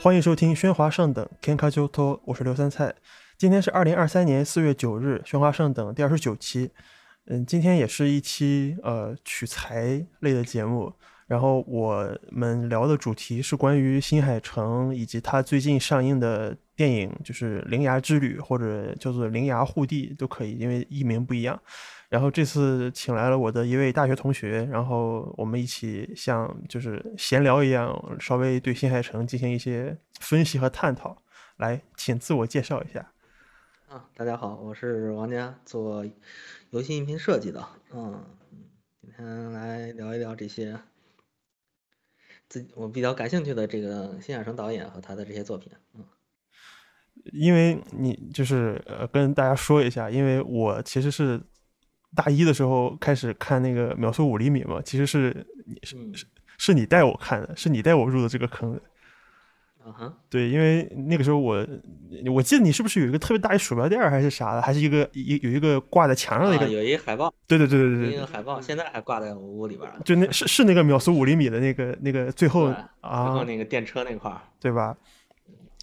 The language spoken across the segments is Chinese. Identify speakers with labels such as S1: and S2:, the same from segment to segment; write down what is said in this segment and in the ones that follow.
S1: 欢迎收听《喧哗上等 k e n k a j o t o 我是刘三菜。今天是二零二三年四月九日，《喧哗上等》第二十九期。嗯，今天也是一期呃取材类的节目，然后我们聊的主题是关于新海诚以及他最近上映的电影，就是《铃芽之旅》或者叫做《铃芽护地》都可以，因为译名不一样。然后这次请来了我的一位大学同学，然后我们一起像就是闲聊一样，稍微对新海诚进行一些分析和探讨。来，请自我介绍一下。
S2: 啊，大家好，我是王佳，做游戏音频设计的。嗯，今天来聊一聊这些自己我比较感兴趣的这个新海诚导演和他的这些作品。嗯，
S1: 因为你就是呃，跟大家说一下，因为我其实是。大一的时候开始看那个《秒速五厘米》嘛，其实是你是是是你带我看的，是你带我入的这个坑的。
S2: 啊哈，
S1: 对，因为那个时候我我记得你是不是有一个特别大一鼠标垫儿还是啥的，还是一个一有一个挂在墙上的一个，
S2: 啊有一海报，
S1: 对对对对对
S2: 一
S1: 对，嗯哦
S2: 个海报，现在还挂在我屋里边儿。
S1: 就那是是那个《秒速五厘米》的那个那个最后
S2: 对然后
S1: 啊，
S2: 那个电车那块儿，
S1: 对吧？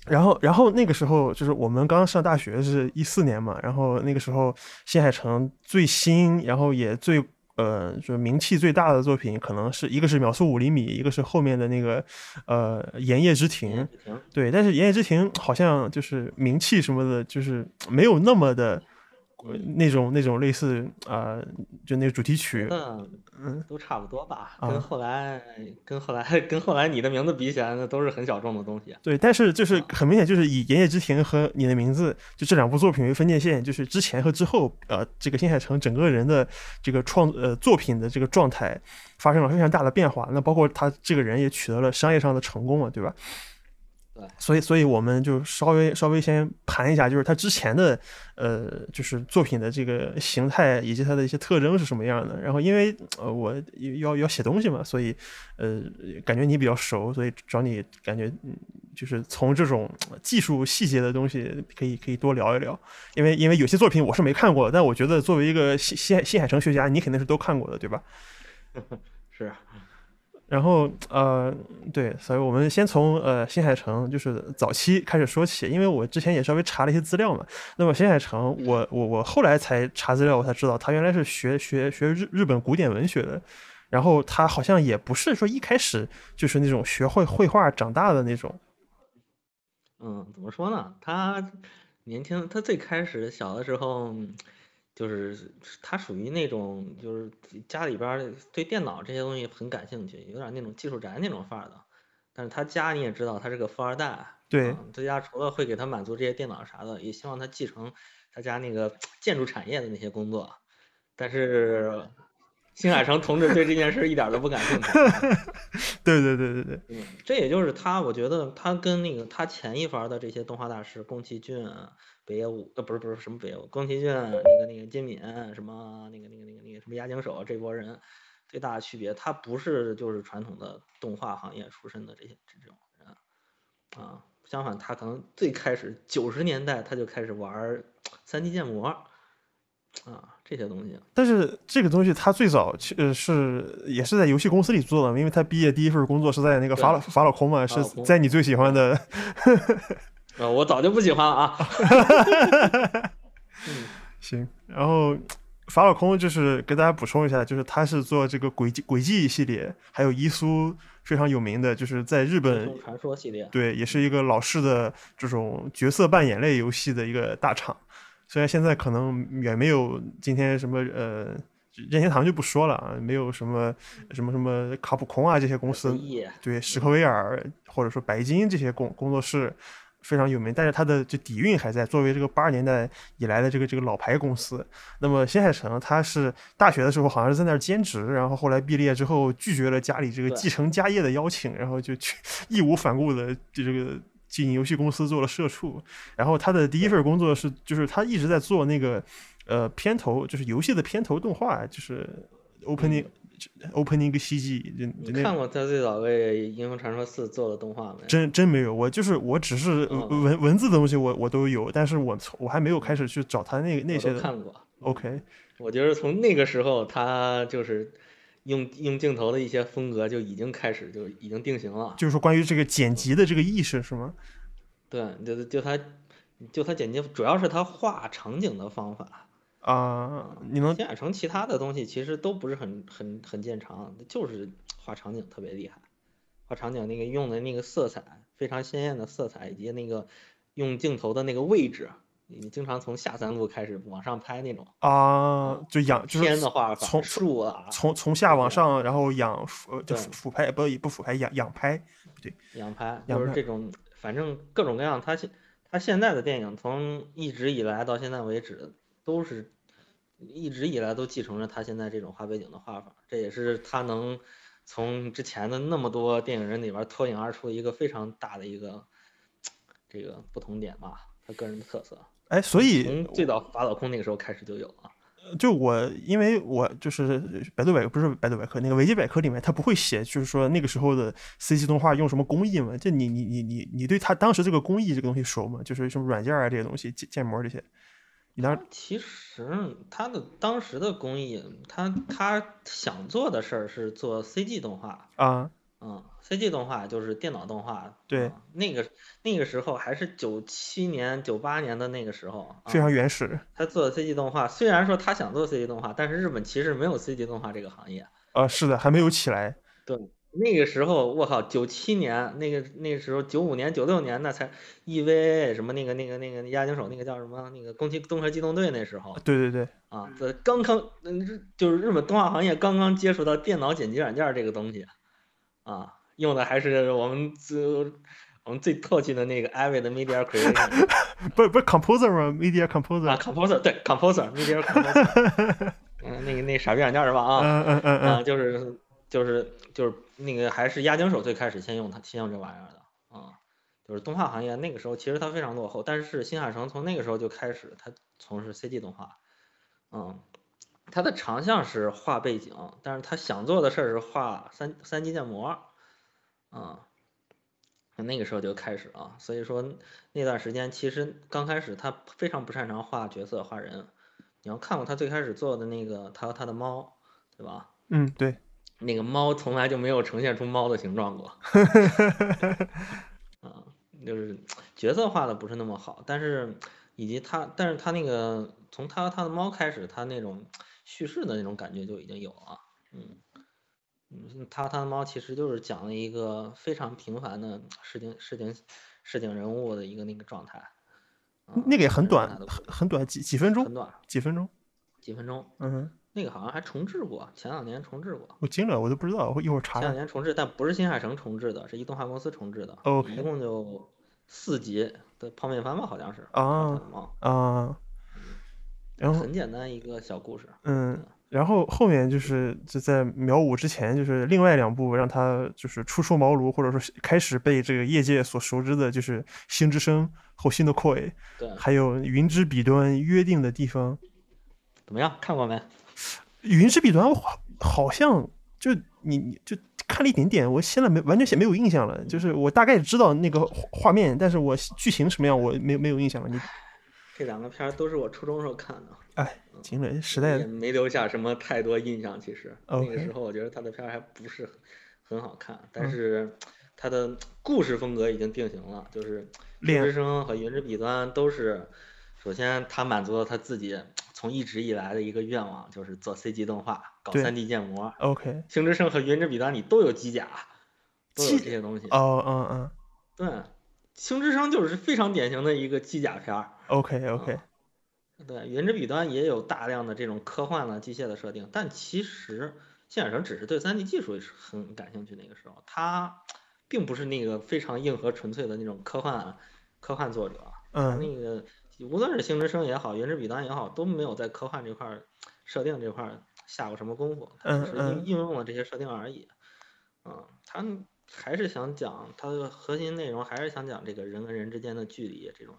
S1: 然后，然后那个时候就是我们刚上大学是一四年嘛，然后那个时候新海诚最新，然后也最呃就是名气最大的作品，可能是一个是《秒速五厘米》，一个是后面的那个呃《盐业之庭》。
S2: 停，
S1: 对，但是《言叶之庭》好像就是名气什么的，就是没有那么的呃那种那种类似啊、呃就那个主题曲。
S2: 嗯，都差不多吧，
S1: 啊
S2: 跟后来跟后来 跟后来你的名字比起来，那都是很小众的东西。啊
S1: 对，但是就是很明显，就是以《言叶之庭》和《你的名字》就这两部作品为分界线，就是之前和之后，呃，这个新海诚整个人的这个创呃作品的这个状态发生了非常大的变化。那包括他这个人也取得了商业上的成功嘛，对吧？
S2: 对
S1: 所以，所以我们就稍微稍微先盘一下，就是他之前的呃，就是作品的这个形态以及它的一些特征是什么样的。然后，因为呃我要要写东西嘛，所以呃感觉你比较熟，所以找你感觉嗯就是从这种呃技术细节的东西可以可以多聊一聊。因为因为有些作品我是没看过，但我觉得作为一个新新新海诚学家，你肯定是都看过的，对吧？
S2: 是，
S1: 然后呃，对，所以我们先从呃新海诚就是早期开始说起，因为我之前也稍微查了一些资料嘛。那么新海诚，我我我后来才查资料，我才知道他原来是学学学日日本古典文学的。然后他好像也不是说一开始就是那种学会绘画长大的那种，
S2: 嗯，怎么说呢？他年轻，他最开始小的时候，就是他属于那种，就是家里边儿对电脑这些东西很感兴趣，有点那种技术宅那种范儿的。但是他家你也知道，他是个富二代，
S1: 对
S2: 啊，他家除了会给他满足这些电脑啥的，也希望他继承他家那个建筑产业的那些工作。但是新海诚同志对这件事儿一点儿都不感兴趣。
S1: 对对对对对，
S2: 嗯，这也就是他，我觉得他跟那个他前一伐的这些动画大师，宫崎骏、啊北野武，呃，不是不是什么北野武，宫崎骏啊那个那个金敏，什么那个那个那个那个什么押井守这波人，最大的区别，他不是就是传统的动画行业出身的这些这种人，啊，相反他可能最开始九十年代他就开始玩三 D 建模，啊，这些东西，
S1: 但是这个东西他最早其呃是也是在游戏公司里做的嘛，因为他毕业第一份工作是在那个法老法老空嘛，
S2: 法
S1: 是
S2: 老空
S1: 在你最喜欢的
S2: 呃，我早就不喜欢了啊， 嗯。
S1: 行，然后法老空就是给大家补充一下，就是他是做这个轨迹轨迹系列，还有伊苏非常有名的，就是在日
S2: 英
S1: 本
S2: 雄传说系列，
S1: 对，也是一个老式的这种角色扮演类游戏的一个大厂。虽然现在可能远没有今天什么呃任天堂就不说了啊，没有什么什么什么卡普空啊这些公司
S2: 回忆
S1: 对史克威尔或者说白金这些工工作室非常有名，但是它的这底蕴还在。作为这个八十年代以来的这个这个老牌公司，那么新海诚他是大学的时候好像是在那儿兼职，然后后来毕业之后拒绝了家里这个
S2: 对
S1: 继承家业的邀请，然后就去义无反顾的这个。进游戏公司做了社畜，然后他的第一份工作是，就是他一直在做那个，呃，片头，就是游戏的片头动画，就是 opening、opening CG，就
S2: 你
S1: 就那
S2: 嗯看过他最早为《英雄传说四》做的动画没？
S1: 真真没有，我就是我只是
S2: 哦
S1: 文文文字的东西我我都有，但是我从我还没有开始去找他那个那
S2: 我
S1: 些
S2: 都
S1: 的。
S2: 看过。
S1: OK，
S2: 我觉得从那个时候，他就是用用镜头的一些风格就已经开始就已经定型了。
S1: 就是说关于这个剪辑的这个意识是吗？
S2: 对，就就他就他剪辑，主要是他画场景的方法。
S1: 啊、你能
S2: 新海诚其他的东西其实都不是很很很见长，就是画场景特别厉害，画场景那个用的那个色彩非常鲜艳的色彩，以及那个用镜头的那个位置，你经常从下三路开始往上拍那种
S1: 啊，就仰就
S2: 天
S1: 是
S2: 的画法，
S1: 从
S2: 树啊，
S1: 从从下往上，然后仰俯呃就
S2: 对
S1: 俯俯拍不不俯拍仰仰拍，
S2: 仰拍，
S1: 仰
S2: 就是
S1: 拍
S2: 这种，反正各种各样。他现他现在的电影从一直以来到现在为止，都是一直以来都继承着他现在这种画背景的画法，这也是他能从之前的那么多电影人里边脱颖而出一个非常大的一个这个不同点吧，他个人的特色。
S1: 哎，所以
S2: 从最早法老空那个时候开始就有了，
S1: 就我因为我就是百度百科不是百度百科那个维基百科里面它不会写，就是说那个时候的 CG 动画用什么工艺嘛？这你你你你你对它当时这个工艺这个东西熟吗？就是什么软件啊这些东西建建模这些，你当时
S2: 其实他的当时的工艺，他他想做的事儿是做 CG 动画。
S1: 啊
S2: 嗯，CG 动画就是电脑动画，
S1: 对
S2: 啊那个那个时候还是九七年、九八年的那个时候，
S1: 非
S2: 啊、
S1: 常原始，
S2: 他做的 CG 动画，虽然说他想做 CG 动画，但是日本其实没有 CG 动画这个行业。
S1: 呃是的还没有起来，
S2: 那个时候，我靠，九七年那个那个时候，九五年、九六年那才 EVA 什么那个那个那个押井守那个叫什么那个宫崎东和机动队那时候
S1: 对对对，
S2: 啊，这刚刚嗯日就是日本动画行业刚刚接触到电脑剪辑软件这个东西啊，用的还是我们最我们最唾弃的那个 Avid 的 Media Creation
S1: 不不是 composer 吗？Media composer
S2: 啊，Composer 对 Composer Media Composer，嗯，那个那傻逼软件是吧啊？
S1: 嗯嗯嗯
S2: 啊，
S1: 嗯，
S2: 就是就是就是那个还是押井守最开始先用它先用这玩意儿的啊，就是动画行业那个时候其实它非常落后，但是新海诚从那个时候就开始他从事 CG 动画，嗯，他的长项是画背景，但是他想做的事儿是画三三级建模，啊。那个时候就开始啊，所以说那段时间其实刚开始他非常不擅长画角色画人，你要看过他最开始做的那个他和他的猫，对吧？
S1: 嗯对，
S2: 那个猫从来就没有呈现出猫的形 状过。啊，就是角色画的不是那么好，但是以及他，但是他那个从他和他的猫开始，他那种叙事的那种感觉就已经有了。嗯，嗯，他和他的猫其实就是讲了一个非常平凡的市井市井市井人物的一个那个状态。啊
S1: 那个也很
S2: 这是他
S1: 短
S2: 的故
S1: 很
S2: 事
S1: 很短几几分钟
S2: 很短，
S1: 几分钟，
S2: 几分钟。
S1: 嗯哼。
S2: 那个好像还重置过，前两年重置过。
S1: 我惊了，我都不知道，我一会儿查
S2: 前两
S1: 查。
S2: 年重置，但不是新海诚重置的，是一动画公司重置的。
S1: 哦 OK
S2: 一共就四集的泡面番吧，好像是。
S1: 啊
S2: 啊，
S1: 啊，然后
S2: 很简单一个小故事。
S1: 嗯，然后后面就是就在秒五之前，就是另外两部让他就是初出茅庐，或者说是开始被这个业界所熟知的，就是《星之声》后新的扩 o
S2: 对，
S1: 还有《云之彼端》约定的地方。
S2: 怎么样？看过没？
S1: 《云之彼端》我好好像就你你就看了一点点，我现在没完全写没有印象了，就是我大概知道那个画画面，但是我剧情什么样我没没有印象了。你
S2: 这两个片儿都是我初中时候看的，
S1: 哎，惊了，时代
S2: 也没留下什么太多印象。其实那个
S1: OK 嗯
S2: 时候，我觉得他的片儿还不是很好看，但是他的故事风格已经定型了，就是《
S1: 恋
S2: 月之声》和《云之彼端》都是，首先他满足了他自己从一直以来的一个愿望，就是做 CG 动画，搞
S1: 对
S2: 3D 建模。
S1: OK，
S2: 《星之声》和《云之彼端》里都有机甲，都有
S1: 机
S2: 这些东西。
S1: 哦嗯嗯
S2: 对，《星之声》就是非常典型的一个机甲片儿。
S1: ，OK OK，
S2: 对，《云之彼端》也有大量的这种科幻的机械的设定，但其实新海诚只是对 3D 技术是很感兴趣。那个时候，他并不是那个非常硬核纯粹的那种科幻科幻作者。他
S1: 嗯
S2: 那个无论是《星之声》也好，《云之彼端》也好，都没有在科幻这块儿设定这块儿下过什么功夫，他
S1: 嗯
S2: 只是
S1: 嗯
S2: 应应用了这些设定而已。嗯，他还是想讲他的核心内容，还是想讲这个人跟人之间的距离，这种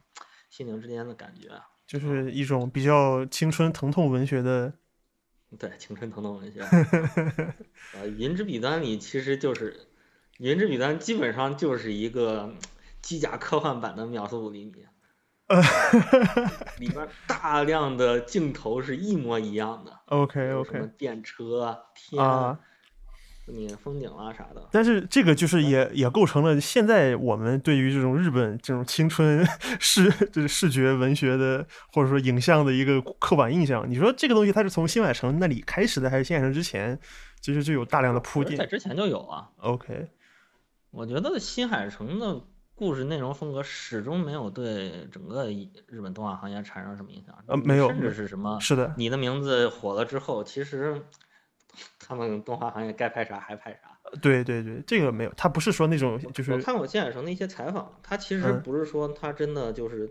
S2: 心灵之间的感觉。
S1: 就是一种比较青春疼痛文学的，
S2: 对，青春疼痛文学。 呃，《云之彼端》里其实就是，《云之彼端》基本上就是一个嗯机甲科幻版的《秒速五厘米》，里边大量的镜头是一模一样的，
S1: 哎 OK 啊
S2: 有什么
S1: OK
S2: 电车、天、
S1: 啊
S2: 你风景啊啥的。
S1: 但是这个就是也也构成了现在我们对于这种日本这种青春视就是视觉文学的或者说影像的一个刻板印象。你说这个东西它是从新海诚那里开始的，还是新海诚之前其实就有大量的铺
S2: 其实在
S1: 垫
S2: 之前就有啊，
S1: ？OK，
S2: 我觉得新海诚的故事内容风格始终没有对整个一日本动画行业产生什么影响，
S1: 呃没有
S2: 甚
S1: 没
S2: 至是什么
S1: 是的，
S2: 你的名字火了之后，其实他们动画行业该拍啥还拍啥。
S1: 对对对，这个没有，它不是说那种就是
S2: 我看过新海诚的一些采访，他其实
S1: 嗯
S2: 不是说他真的就是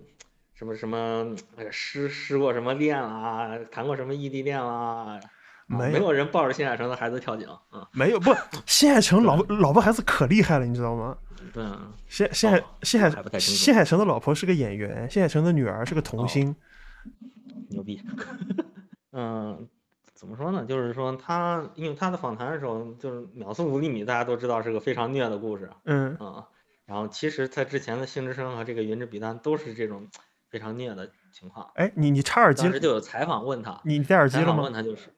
S2: 什么什么哎呀失失过什么恋啦，谈过什么异地恋啦，啊
S1: 没嗯
S2: 没有人抱着新海诚的孩子跳井啊、
S1: 没有不，新海诚老老婆孩子可厉害了，你知道吗？
S2: 嗯，对啊，
S1: 新新海
S2: 哦
S1: 新
S2: 还不太
S1: 海
S2: 清楚
S1: 新海诚的老婆是个演员，新海诚的女儿是个童
S2: 哦
S1: 星。
S2: 牛逼。 嗯，怎么说呢？就是说他，因为他的访谈的时候，就是秒速五厘米，大家都知道是个非常虐的故事，
S1: 嗯，
S2: 嗯，然后其实他之前的《星之声》和这个《云之彼端》都是这种非常虐的情况。
S1: 哎，你你插耳机
S2: 当时
S1: 了，
S2: 就有采访问他，
S1: 你你戴耳机
S2: 采
S1: 了
S2: 访
S1: 吗
S2: 问？他就是，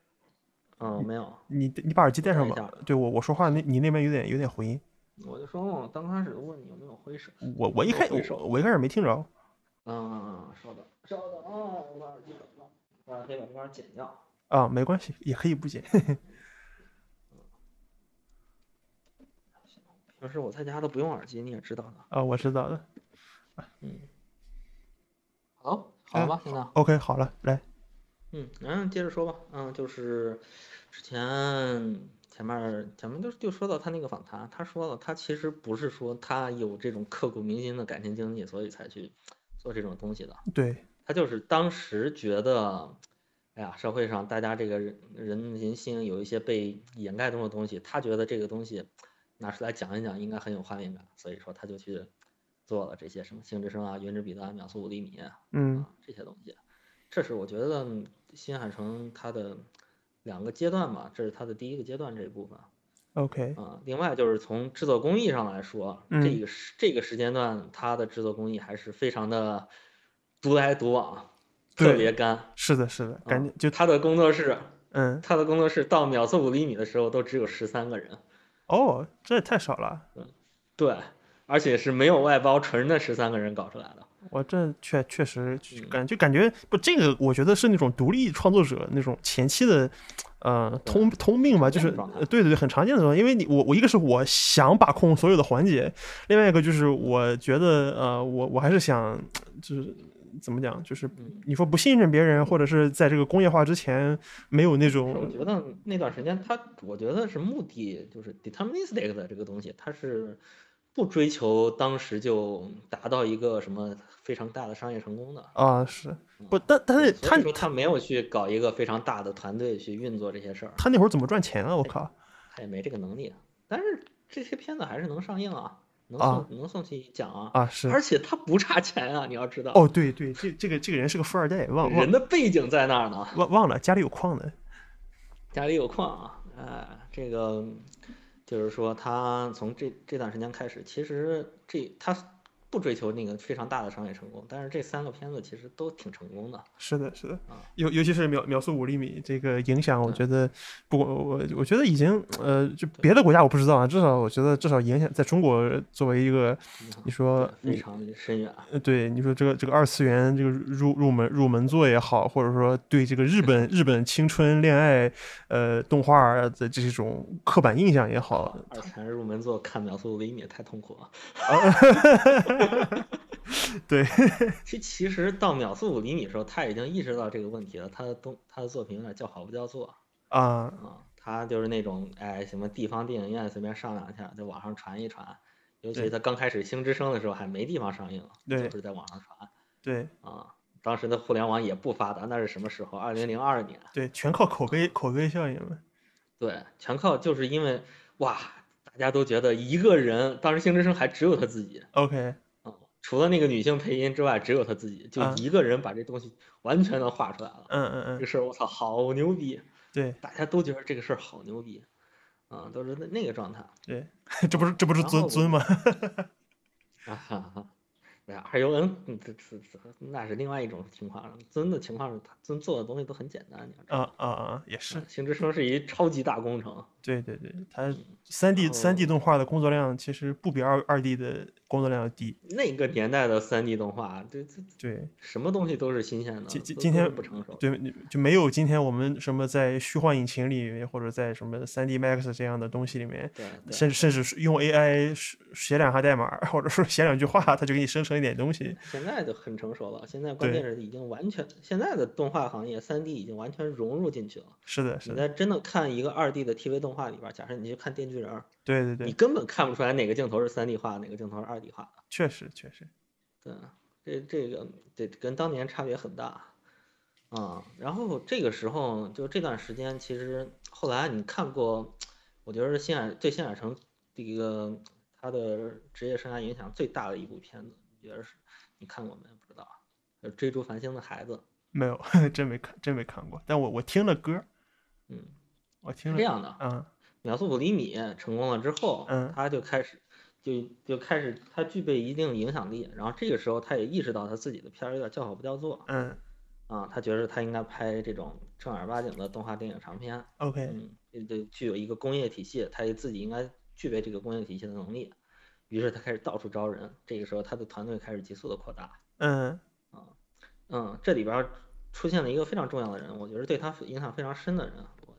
S2: 嗯，没有，
S1: 你你把耳机戴上
S2: 我戴一
S1: 吧
S2: 下。
S1: 对我我说话那你那边有点有点回音，
S2: 嗯我就说嘛，刚开始问你有没有挥手，
S1: 我我一开
S2: 我回手
S1: 我我一开始没听着。
S2: 嗯，稍等，稍等啊，我把耳机找到，我可以把这块剪掉。
S1: 啊，没关系，也可以不剪。
S2: 平时我在家都不用耳机，你也知道的。
S1: 啊，我知道了。
S2: 好，好
S1: 哎
S2: 了吧，现在。
S1: OK，好了，来，
S2: 嗯，然后接着说吧，嗯，就是之前前面儿前面就就说到他那个访谈，他说了，他其实不是说他有这种刻骨铭心的感情经历，所以才去做这种东西的，
S1: 对，
S2: 他就是当时觉得，哎呀，社会上大家这个人人人心有一些被掩盖住的东西，他觉得这个东西拿出来讲一讲应该很有画面感，所以说他就去做了这些什么星之声啊、原子笔端、秒速五厘米啊
S1: 嗯
S2: 啊，这些东西。这是我觉得嗯新海诚他的两个阶段吧，这是他的第一个阶段这一部分
S1: ，OK，
S2: 啊。另外就是从制作工艺上来说，这
S1: 嗯
S2: 个时这个时间段它的制作工艺还是非常的独来独往，特
S1: 对
S2: 别干。啊
S1: 是的，是的，赶紧就
S2: 他的工作室，
S1: 嗯，
S2: 他的工作室到秒速五厘米的时候都只有十三个人，
S1: 哦，这也太少了，
S2: 对，而且是没有外包，纯那十三个人搞出来的。
S1: 我这确确实
S2: 嗯
S1: 感就感觉不，这个我觉得是那种独立创作者那种前期的，呃，通通病吧，就是
S2: 常见的状态
S1: 呃对对对，很常见的状态。因为你我我一个是我想把控所有的环节，另外一个就是我觉得呃，我我还是想就是怎么讲，就是
S2: 嗯
S1: 你说不信任别人，或者是在这个工业化之前没有那
S2: 是我
S1: 种
S2: 觉得那段时间他，我觉得是目的就是 deterministic 的这个东西，它是不追求当时就达到一个什么非常大的商业成功的。
S1: 啊、是不，但但是
S2: 嗯所
S1: 他
S2: 以说他没有去搞一个非常大的团队去运作这些事儿，
S1: 他那会儿怎么赚钱啊？我靠，
S2: 他也没这个能力。但是这些片子还是能上映啊，能送、
S1: 啊
S2: 能送去奖啊，
S1: 啊是
S2: 而且他不差钱啊，你要知道，
S1: 哦对对，这这个这个人是个富二代，忘忘
S2: 人的背景在那儿呢。
S1: 忘忘了家里有矿的。
S2: 家里有矿啊，啊，这个就是说他从这这段时间开始，其实这他不追求那个非常大的商业成功，但是这三个片子其实都挺成功的。
S1: 是的，是的
S2: 啊，
S1: 尤尤其是秒秒速五厘米这个影响，我觉
S2: 对
S1: 得不管我我觉得已经呃，就别的国家我不知道啊，至少我觉得至少影响在中国作为一个你说呃
S2: 对非
S1: 你
S2: 常深远，啊
S1: 呃对你说这个这个二次元这个入入门入门作也好，或者说对这个日本日本青春恋爱呃动画儿的这种刻板印象也好，
S2: 二次元入门作看秒速五厘米太痛苦了。
S1: 对
S2: 其其实到秒速五厘米的时候，他已经意识到这个问题了。他的东他的作品有点叫好不叫座
S1: 啊
S2: 啊，他就是那种哎什么地方电影院随便上两下，在网上传一传。尤其
S1: 对
S2: 是他刚开始《星之声》的时候，还没地方上映，
S1: 对
S2: 就是在网上传。
S1: 对
S2: 啊，当时的互联网也不发达，那是什么时候？二零零二年。
S1: 对，全靠口碑口碑效应嘛，
S2: 对，全靠就是因为哇，大家都觉得一个人，当时星之声还只有他自己
S1: OK 嗯
S2: 啊，除了那个女性配音之外，只有他自己，就
S1: 啊
S2: 一个人把这东西完全的画出来了。
S1: 嗯嗯
S2: 这
S1: 嗯
S2: 个事儿我操，好牛逼！
S1: 对
S2: 大家都觉得这个事儿好牛逼，啊，都是那那个状态。
S1: 对， 这不是这不是
S2: 然
S1: 尊
S2: 后
S1: 尊吗？
S2: 啊哈哈， 没有 RUN，嗯这这这那是另外一种情况了。尊的
S1: 呃
S2: 情况是，他尊做的东西都很简单，你要知道。嗯
S1: 啊啊啊，也是
S2: 啊。星之声是一超级大工程，
S1: 对对对，它
S2: 嗯
S1: 三 D 三 D 动画的工作量其实不比二二 D 的工作量要低。
S2: 那个年代的三 D 动画，这这
S1: 对
S2: 什么东西都是新鲜的，
S1: 今今
S2: 都
S1: 今
S2: 都是
S1: 天
S2: 不成熟。
S1: 对，就没有今天我们什么在虚幻引擎里，或者在什么三 D Max 这样的东西里面，
S2: 对对
S1: 甚至甚至是用 AI 写写两下代码，或者说写两句话，它就给你生成一点东西。
S2: 现在就很成熟了。现在关
S1: 对
S2: 键是已经完全，现在的动画行业三 D 已经完全融入进去了。
S1: 是的，是
S2: 你
S1: 的，
S2: 在真的看一个二 D 的 TV 动画里边儿，假设你去看《电锯人儿》，
S1: 对对对，
S2: 你根本看不出来哪个镜头是三 D 画，哪个镜头是二 D 画的。
S1: 确实确实，
S2: 对，这这个这跟当年差别很大啊、然后这个时候就这段时间，其实后来你看过，我觉得是新海对新海诚这个他的职业生涯影响最大的一部片子，你觉得是？你看过没？不知道啊，呃追逐繁星的孩子》。
S1: 没有， 真没看真没看过。但我我听了歌，
S2: 嗯，
S1: 我听了
S2: 是啊这，样的，
S1: 嗯
S2: 秒速五厘米成功了之后，
S1: 嗯
S2: 他就开始就就开始他具备一定影响力，然后这个时候他也意识到他自己的片儿有点叫好不叫座
S1: 嗯
S2: 啊，他觉得他应该拍这种正儿八经的动画电影长片，
S1: ，OK，
S2: 嗯，也得具有一个工业体系，他也自己应该具备这个工业体系的能力，于是他开始到处招人，这个时候他的团队开始急速的扩大，
S1: 嗯
S2: 嗯，这里边儿出现了一个非常重要的人，我觉得对他影响非常深的人，啊我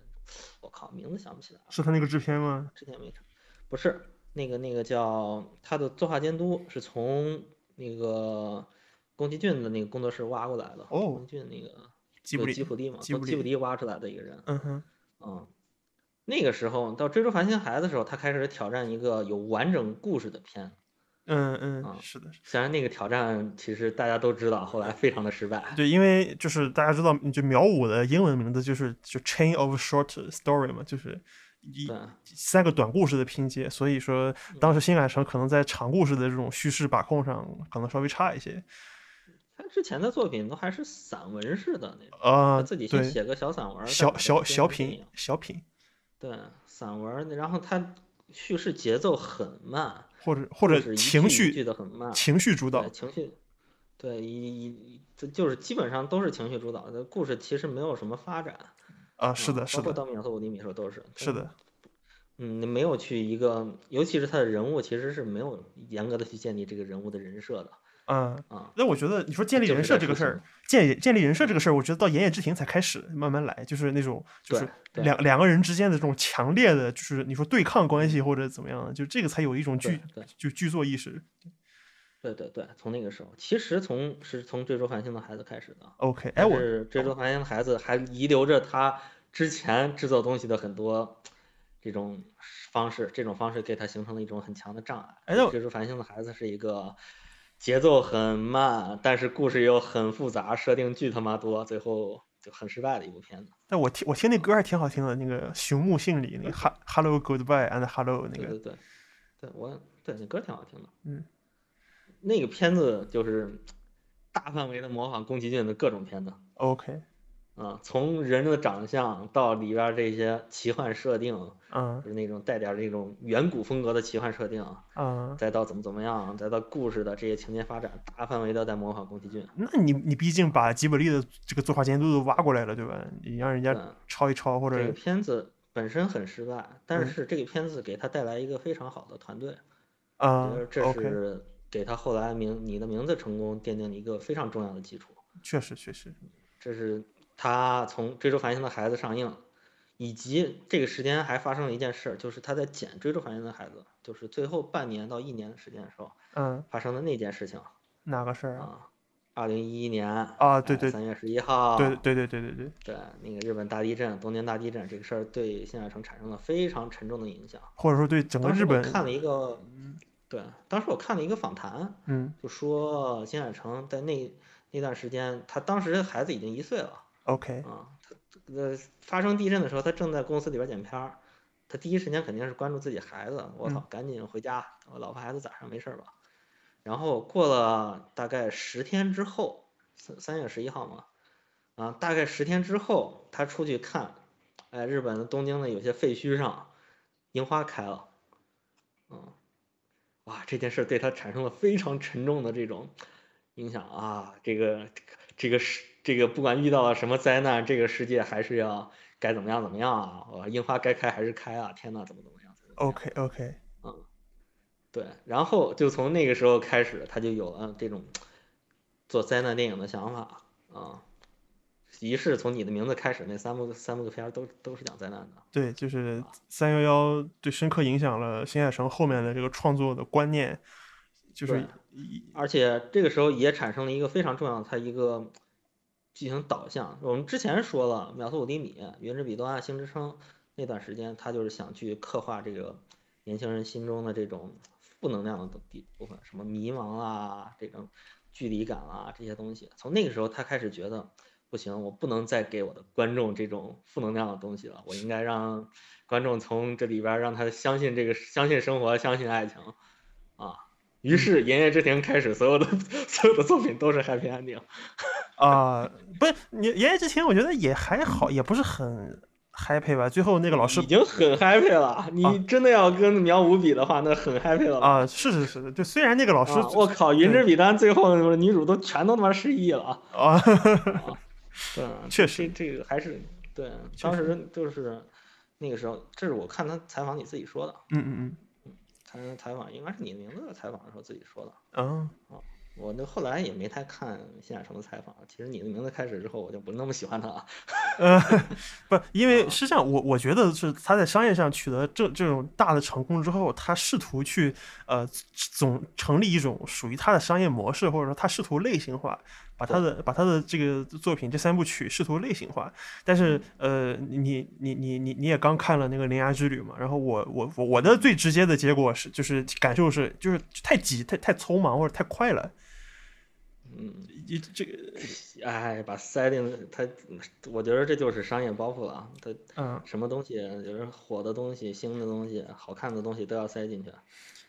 S2: 我靠，名字想不起来了。
S1: 是他那个制片吗？
S2: 之前没成，不是那个那个叫他的作画监督是从那个宫崎骏的那个工作室挖过来的，
S1: 哦
S2: 宫崎骏那个
S1: 吉卜
S2: 就
S1: 力
S2: 吉卜力嘛，
S1: 吉
S2: 从
S1: 卜
S2: 吉卜
S1: 力
S2: 力挖出来的一个人，
S1: 嗯哼，
S2: 嗯，那个时候到《追逐繁星孩子》的时候，他开始挑战一个有完整故事的片，
S1: 嗯嗯，
S2: 啊
S1: 是的，是
S2: 虽然那个挑战其实大家都知道，后来非常的失败
S1: 的，，对，因为就是大家知道，就秒五的英文名字就是就 Chain of Short Story 嘛，就是一
S2: 对。嗯
S1: 三个短故事的拼接，所以说当时新海诚可能在长故事的这种叙事把控上可能稍微差一些
S2: 他之前的作品都还是散文式的那种，
S1: 啊、
S2: 他
S1: 呃
S2: 自己先
S1: 对，
S2: 写个小散文儿，再
S1: 小
S2: 把它
S1: 小
S2: 编
S1: 小
S2: 成电
S1: 品
S2: 影
S1: 小品，
S2: 对，散文儿，然后它叙事节奏很慢，
S1: 或者或
S2: 就
S1: 者
S2: 是一
S1: 情
S2: 句一句
S1: 绪
S2: 的很慢，
S1: 情绪主导
S2: 对，情绪，对，一一这就是基本上都是情绪主导的故事，其实没有什么发展。
S1: 啊、是
S2: 嗯
S1: 的，是
S2: 包括
S1: 的，
S2: 到秒速五厘米的时候都是，
S1: 是
S2: 它
S1: 的，
S2: 嗯，没有去一个，尤其是他的人物，其实是没有严格的去建立这个人物的人设的
S1: 嗯。
S2: 啊。
S1: 那我觉得你 说建立
S2: 就是
S1: 人设
S2: 在
S1: 这个
S2: 抒
S1: 事儿
S2: 情，
S1: 建立建立人设这个事儿，我觉得到言叶之庭才开始慢慢来，就是那种就是
S2: 对对
S1: 两两个人之间的这种强烈的，就是你说对抗关系或者怎么样的，就这个才有一种
S2: 对
S1: 剧
S2: 对
S1: 就剧作意识。
S2: 对对对，从那个时候，其实从是从追逐繁星的孩子开始的，
S1: OK，哎
S2: 但
S1: 我
S2: 是追逐繁星的孩子还遗留着他之前制作东西的很多这种方式，这种方式给他形成了一种很强的障碍。
S1: 哎那我
S2: 追逐繁星的孩子是一个节奏很慢，但是故事又很复杂，设定巨他妈多，最后就很失败的一部片子。
S1: 但我听我听那歌还挺好听的，那个熊木杏里 那个哈 Hello Goodbye and Hello 那
S2: 对
S1: 个
S2: 对对，对我对那歌挺好听的，
S1: 嗯，
S2: 那个片子就是大范围的模仿宫崎骏的各种片子。
S1: OK，
S2: 啊，从人的长相到里边儿这些奇幻设定，
S1: 嗯
S2: 就是那种带点儿那种远古风格的奇幻设定，啊
S1: 嗯，
S2: 再到怎么怎么样，再到故事的这些情节发展，大范围的在模仿宫崎骏。
S1: 那你你毕竟把吉卜力的这个作画监督都挖过来了，对吧？你让人家
S2: 对
S1: 抄一抄或
S2: 嗯这个
S1: 者
S2: 片子本身很失败，但
S1: 嗯
S2: 是这个片子给他带来一个非常好的团队，
S1: 啊
S2: 我觉得这
S1: OK，
S2: 是给他后来名《你的名字》成功奠定了一个非常重要的基础。
S1: 确实确实，
S2: 这是他从《追逐繁星的孩子》上映，以及这个时间还发生了一件事儿，就是他在剪《追逐繁星的孩子》，就是最后半年到一年的时间的时候
S1: 嗯，
S2: 发生的那件事情
S1: 哪个事儿啊？
S2: 啊。二零一一年
S1: 啊对对
S2: 哎三月啊十一号，
S1: 对对对对对对，
S2: 对那个日本大地震，东京大地震这个事儿对新海诚产生了非常沉重的影响。
S1: 或者说对整个
S2: 当
S1: 嗯
S2: 时
S1: 日本
S2: 我，看了一个，对，当时我看了一个访谈，
S1: 嗯
S2: 就说新海诚在那那段时间，他当时孩子已经一岁了，
S1: ，OK，
S2: 啊，他呃发生地震的时候，他正在公司里边剪片儿，他第一时间肯定是关注自己孩子。我操，赶紧回家，我老婆孩子咋上没事儿吧？然后过了大概十天之后，三三月十一号嘛，啊，大概十天之后，他出去看，哎，日本的东京的有些废墟上，樱花开了，嗯，哇，这件事对他产生了非常沉重的这种影响啊，这个这个这个是这个不管遇到了什么灾难，这个世界还是要该怎么样怎么样啊！我樱花该开还是开啊！天呐，怎么怎么样怎么样
S1: OK OK，
S2: 对，然后就从那个时候开始，他就有了这种做灾难电影的想法啊。于是从你的名字开始，那三部三部片儿都都是讲灾难的。
S1: 对，就是三幺幺对深刻影响了新海诚后面的这个创作的观念，就是
S2: 对而且这个时候也产生了一个非常重要的它一个剧情导向。我们之前说了，《秒速五厘米》《云之彼端》《星之称》那段时间，他就是想去刻画这个年轻人心中的这种负能量的部分，什么迷茫啊，这种距离感啊这些东西。从那个时候，他开始觉得。不行，我不能再给我的观众这种负能量的东西了。我应该让观众从这里边儿让他相信这个，相信生活，相信爱情，啊，于是《炎夜之庭》开始，所有的 所有的作品都是 happy ending。
S1: 啊、不是你言叶之庭，我觉得也还好，也不是很 happy 吧。最后那个老师
S2: 已经很 happy 了。你真的要跟苗五比的话，那很 happy 了。
S1: 啊、是是是，就虽然那个老师
S2: 啊我靠，云之彼端最后女主都全都他妈失忆了。
S1: 啊，
S2: 对，
S1: 确
S2: 这
S1: 实
S2: 这这个还是对，啊当时就是那个时候，这是我看他采访你自己说的，
S1: 嗯嗯
S2: 看他采访应该是你的名字的采访的时候自己说的。
S1: 嗯，啊，
S2: 我那后来也没太看新海诚的采访，其实你的名字开始之后，我就不那么喜欢他了。
S1: 呃，不，因为是这样，我我觉得是他在商业上取得这这种大的成功之后，他试图去呃总成立一种属于他的商业模式，或者说他试图类型化，把他的把他的这个作品这三部曲试图类型化。但是呃，你你你你你也刚看了那个《铃芽之旅》嘛，然后我我我我的最直接的结果是，就是感受是，就是太急、太太匆忙或者太快了。
S2: 嗯，
S1: 一这个
S2: 哎，把塞进他，我觉得这就是商业包袱了啊。他
S1: 嗯，
S2: 什么东西，就是火的东西、新的东西、好看的东西都要塞进去。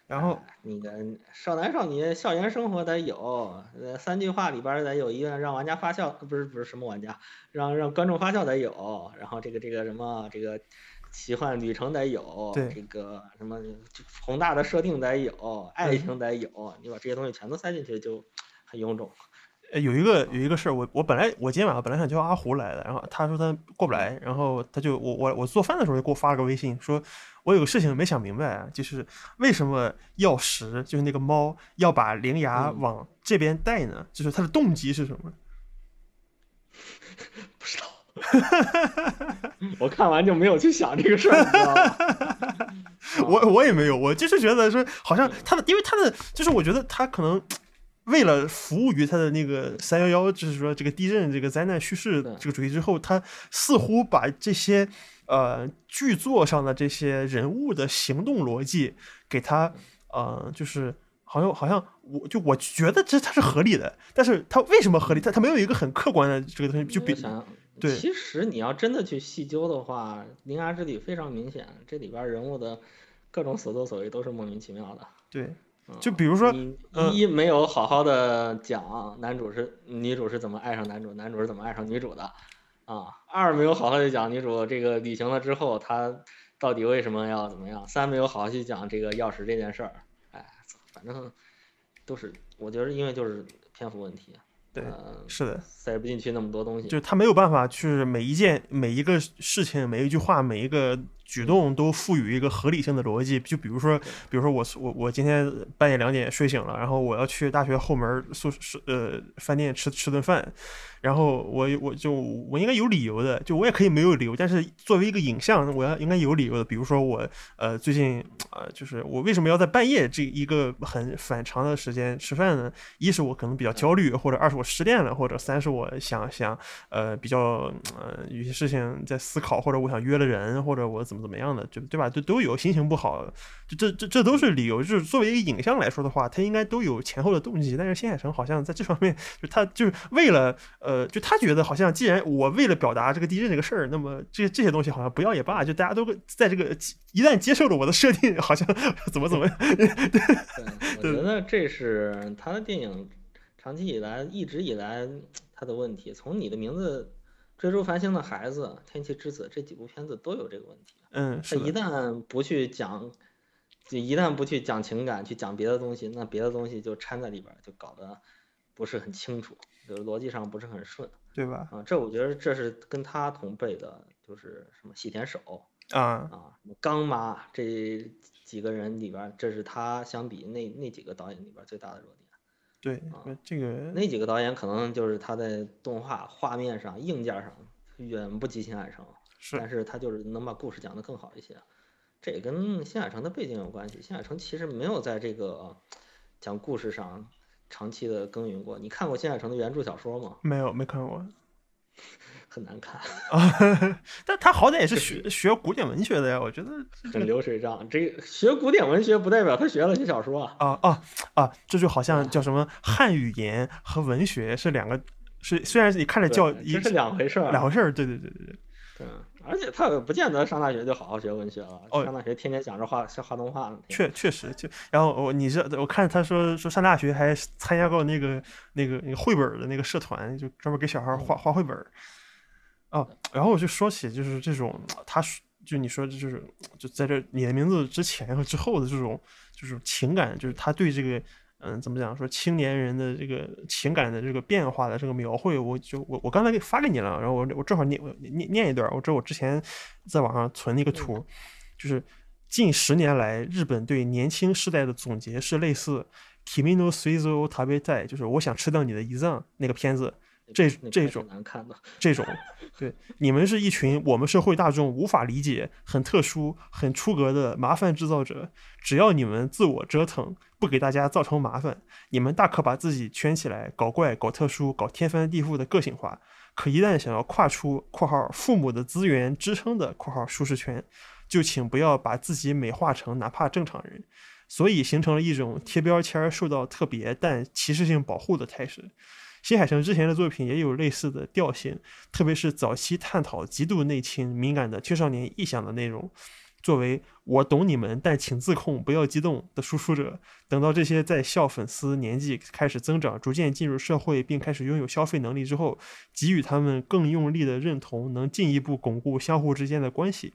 S1: 然后
S2: 你的少男少女校园生活得有，呃，三句话里边儿得有一个让玩家发笑，呃不是不是什么玩家，让让观众发笑得有，然后这个这个什么这个奇幻旅程得有，
S1: 对
S2: 这个什么宏大的设定得有，爱
S1: 嗯
S2: 情得有，你把这些东西全都塞进去就很臃肿。
S1: 呃，有一个有一个事儿，我我本来我今天晚上本来想叫阿胡来的，然后他说他过不来，然后他就我我我做饭的时候就给我发了个微信，说我有个事情没想明白啊，就是为什么药石就是那个猫要把灵牙
S2: 嗯
S1: 往这边带呢？就是它的动机是什么？
S2: 不知道， 我看完就没有去想这个事儿，你知道吗？
S1: 我我也没有，我就是觉得说好像他的，因为他的就是我觉得他可能。为了服务于他的那个三幺幺，就是说这个地震这个灾难叙事
S2: 对
S1: 这个主题之后，他似乎把这些呃剧作上的这些人物的行动逻辑给他呃就是好像好像我就我觉得这它是合理的，但是它为什么合理？它它没有一个很客观的这个东西， 就
S2: 我
S1: 比
S2: 想，
S1: 对
S2: 其实你要真的去细究的话，《铃芽之旅》非常明显，这里边儿人物的各种所作所为都是莫名其妙的。
S1: 对
S2: 嗯
S1: 就比如说
S2: 你
S1: 嗯
S2: 一没有好好的讲男主是女主是怎么爱上男主，男主是怎么爱上女主的，啊，二没有好好的讲女主这个旅行了之后她到底为什么要怎么样，三没有好好去讲这个钥匙这件事儿，哎，反正都是我觉得因为就是篇幅问题，
S1: 对
S2: 呃
S1: 是的，
S2: 塞不进去那么多东西，
S1: 就是他没有办法去每一件、每一个事情、每一句话、每一个举动都赋予一个合理性的逻辑。就比如说，比如说我我我今天半夜两点睡醒了，然后我要去大学后门宿舍呃饭店吃吃顿饭，然后我我就我应该有理由的，就我也可以没有理由，但是作为一个影像，我要应该有理由的。比如说我呃最近呃就是我为什么要在半夜这一个很反常的时间吃饭呢？一是我可能比较焦虑，或者二是我失恋了，或者三是我想想呃比较呃有些事情在思考，或者我想约了人，或者我怎么怎么样的，就对吧？这都有心情不好，就这这这都是理由。就是作为一个影像来说的话，它应该都有前后的动机。但是新海诚好像在这方面，就他就是为了呃，就他觉得好像既然我为了表达这个地震这个事儿，那么这这些东西好像不要也罢，就大家都在这个一旦接受了我的设定，好像怎么怎么
S2: 对，我觉得这是他的电影长期以来一直以来他的问题。从你的名字、追逐繁星的孩子、天气之子这几部片子都有这个问题。
S1: 嗯
S2: 他
S1: 是
S2: 一
S1: 的
S2: 旦不去讲，就一旦不去讲情感，去讲别的东西，那别的东西就掺在里边儿，就搞得不是很清楚，就是逻辑上不是很顺。
S1: 对吧？
S2: 啊，这我觉得这是跟他同辈的，就是什么细田守
S1: 啊，
S2: 啊、什么刚妈这几个人里边儿，这是他相比那那几个导演里边儿最大的弱点。
S1: 对，这个
S2: 那几个导演可能就是他在动画画面上、硬件上远不及新海诚，
S1: 是
S2: 但是他就是能把故事讲得更好一些。这也跟新海诚的背景有关系。新海诚其实没有在这个讲故事上长期的耕耘过。你看过新海诚的原著小说吗？
S1: 没有没看过
S2: 很 难看，
S1: 啊，但他好歹也是学学古典文学的呀，我觉得
S2: 很流水账。这个学古典文学不代表他学了些小说啊。
S1: 啊啊啊，这就好像叫什么汉语言和文学是两个，是虽然你看着
S2: 对
S1: 叫一
S2: 这是两回事儿，啊
S1: 两回事儿，对对对对对，
S2: 对，而且他也不见得上大学就好好学文学了，
S1: 哦
S2: 上大学天天想着画画动画呢。
S1: 确确实就，然后我你是我看他说说上大学还参加过那个那个那个绘本儿的那个社团，就专门给小孩儿
S2: 嗯
S1: 画画绘本儿。哦，然后我就说起就是这种，他说就你说的就是就在这你的名字之前和之后的这种这种情感，就是他对这个嗯怎么讲说青年人的这个情感的这个变化的这个描绘，我就我我刚才给发给你了，然后我我正好念我念念一段，我这我之前在网上存了一个图，就是近十年来日本对年轻世代的总结是类似 “kimi no suizo tabe t a 就是我想吃掉你的胰脏那个片子，这
S2: 那
S1: 这
S2: 片是
S1: 种
S2: 难 看的，
S1: 这种，对，你们是一群我们社会大众无法理解、很特殊、很出格的麻烦制造者。只要你们自我折腾，不给大家造成麻烦，你们大可把自己圈起来，搞怪、搞特殊、搞天翻地覆的个性化。可一旦想要跨出（括号父母的资源支撑的（括号舒适圈），就请不要把自己美化成哪怕正常人。所以形成了一种贴标签儿受到特别但歧视性保护的态势。新海诚之前的作品也有类似的调性，特别是早期探讨极度内倾、敏感的青少年臆想的内容。作为“我懂你们，但请自控，不要激动”的输出者，等到这些在校粉丝年纪开始增长，逐渐进入社会并开始拥有消费能力之后，给予他们更用力的认同，能进一步巩固相互之间的关系。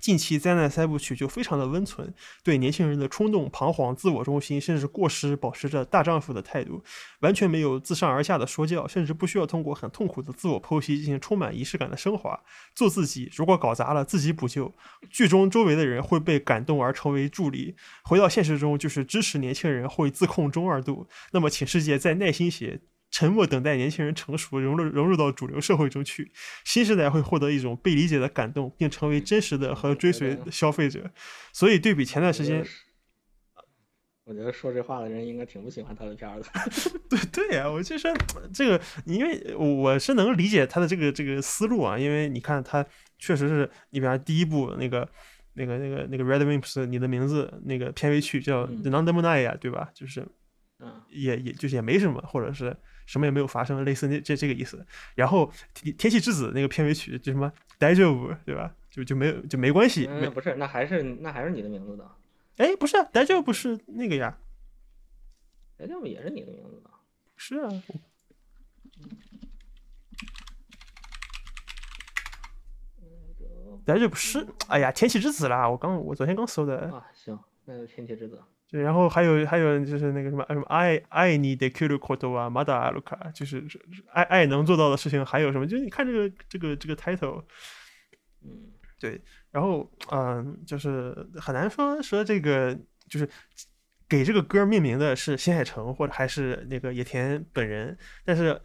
S1: 近期灾难三部曲就非常的温存，对年轻人的冲动、彷徨、自我中心，甚至过失，保持着大丈夫的态度，完全没有自上而下的说教，甚至不需要通过很痛苦的自我剖析进行充满仪式感的升华，做自己。如果搞砸了，自己补救。剧中周围的人会被感动而成为助力，回到现实中就是支持年轻人会自控中二度。那么，请世界再耐心些。沉默等待年轻人成熟，融入融入到主流社会中去。新时代会获得一种被理解的感动，并成为真实的和追随的消费者。所以，对比前段时间，
S2: 我觉得说这话的人应该挺不喜欢他的 片儿的。
S1: 对对呀、我就说这个，因为我我是能理解他的这个这个思路啊，因为你看他确实是，你比方第一部那个那个那个那个 Red Wimps 你的名字那个片尾曲叫
S2: 嗯
S1: The n o n d e m o n a i a 对吧？就是
S2: 嗯，
S1: 也也就是也没什么，或者是什么也没有发生，类似那这这个意思。然后天天气之子那个片尾曲就什么 d a j o v 对吧？就就没有就没关系，没
S2: 嗯不是，那还是那还是你的名字的，
S1: 哎不是 d a j o v 是那个呀，
S2: 人家不也是你的名字的。
S1: 是啊，d a j o v 是，哎呀天气之子啦，我刚我昨天刚搜的。
S2: 啊，行，那就天气之子。
S1: 对，然后还有还有就是那个什么什么爱爱你的 Q 的 q u o 啊，马达阿鲁卡，就是是是爱爱能做到的事情还有什么？就是你看这个这个这个 title，
S2: 嗯，
S1: 对，然后嗯、就是很难说说这个就是给这个歌命名的是新海诚或者还是那个野田本人，但是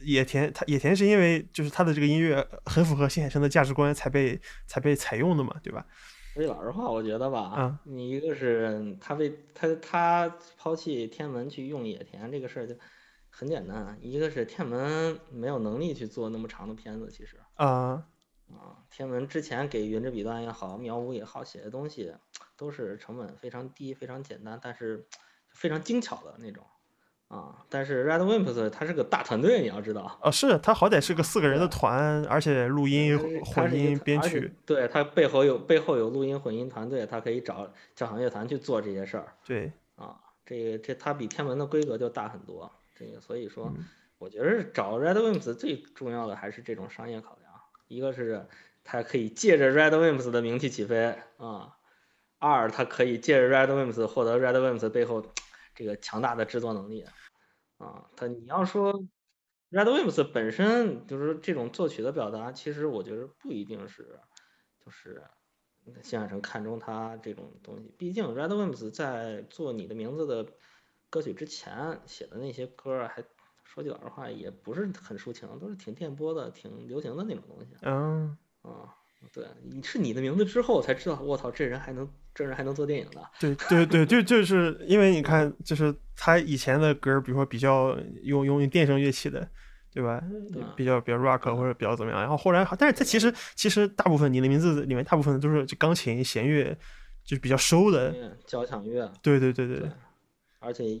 S1: 野田他野田是因为就是他的这个音乐很符合新海诚的价值观才被才被采用的嘛，对吧？
S2: 说句老实话，我觉得吧，
S1: 啊
S2: 你一个是他被他他抛弃天门去用野田这个事儿就很简单，啊一个是天门没有能力去做那么长的片子，其实。
S1: 啊、
S2: 啊，天文之前给云之彼端也好，苗舞也好写的东西，都是成本非常低、非常简单，但是非常精巧的那种啊。但是 Red Wimps 它是个大团队，你要知道，
S1: 哦，是他好歹是个四个人的团，而且录音
S2: 它是、它
S1: 混
S2: 是一
S1: 音、
S2: 个
S1: 编
S2: 而且
S1: 曲，
S2: 对它背后有背后有录音混音团队，它可以找交响乐团去做这些事儿
S1: 对，
S2: 啊。这个这它比天文的规格就大很多，这个所以说。
S1: 嗯
S2: 我觉得找 Red Wimps 最重要的还是这种商业考量，一个是它可以借着 Red Wimps 的名气起飞啊、二它可以借着 Red Wimps 获得 Red Wimps 背后这个强大的制作能力啊、它你要说 Red Wimps 本身就是这种作曲的表达，其实我觉得不一定是，就是新海诚看中他这种东西。毕竟 Red Wimps 在做你的名字的歌曲之前写的那些歌儿，还说句老实话，也不是很抒情，都是挺电波的、挺流行的那种东西
S1: 嗯，
S2: 啊。对，你是你的名字之后才知道，我操，这人还能，这人还能做电影的。
S1: 对对对，就就是因为你看，就是他以前的歌，比如说比较用用电声乐器的，对吧？
S2: 对
S1: 比较比较 rock 或者比较怎么样。然后后来，但是它其实其实大部分你的名字里面大部分都是就钢琴弦乐，就是比较收的。
S2: 乐交响乐，
S1: 对对对对
S2: 嗯对而且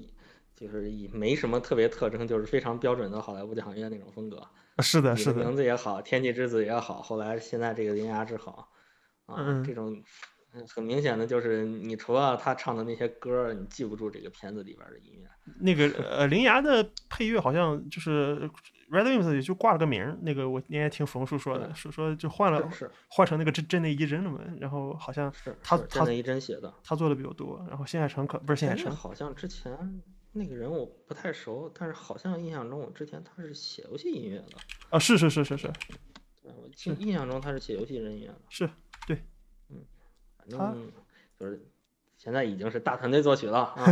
S2: 就是也没什么特别特征，就是非常标准的好莱坞交响乐那种风格。
S1: 啊是的，
S2: 你
S1: 是
S2: 的
S1: 的，
S2: 名字也好，天气之子也好，后来现在这个铃芽之好，啊，
S1: 嗯
S2: 这种嗯很明显的就是，你除了他唱的那些歌儿，你记不住这个片子里边儿的音乐。
S1: 那个呃，铃芽的配乐好像就是 Red Wings 也就挂了个名儿。那个我那天听冯叔说的，
S2: 对
S1: 说说就换了
S2: 是是
S1: 换成那个真真内一真了嘛，然后好像
S2: 是，
S1: 他
S2: 是
S1: 他
S2: 真的一真写的。
S1: 他做的比较多，然后新海诚可不是新海
S2: 哎那
S1: 诚，
S2: 好像之前那个人我不太熟，但是好像印象中我之前他是写游戏音乐的，
S1: 啊，是是是是是
S2: 对我
S1: 嗯
S2: 记印象中他是写游戏人音乐的。
S1: 是，对，
S2: 反
S1: 他
S2: 正就是现在已经是大团队作曲了啊。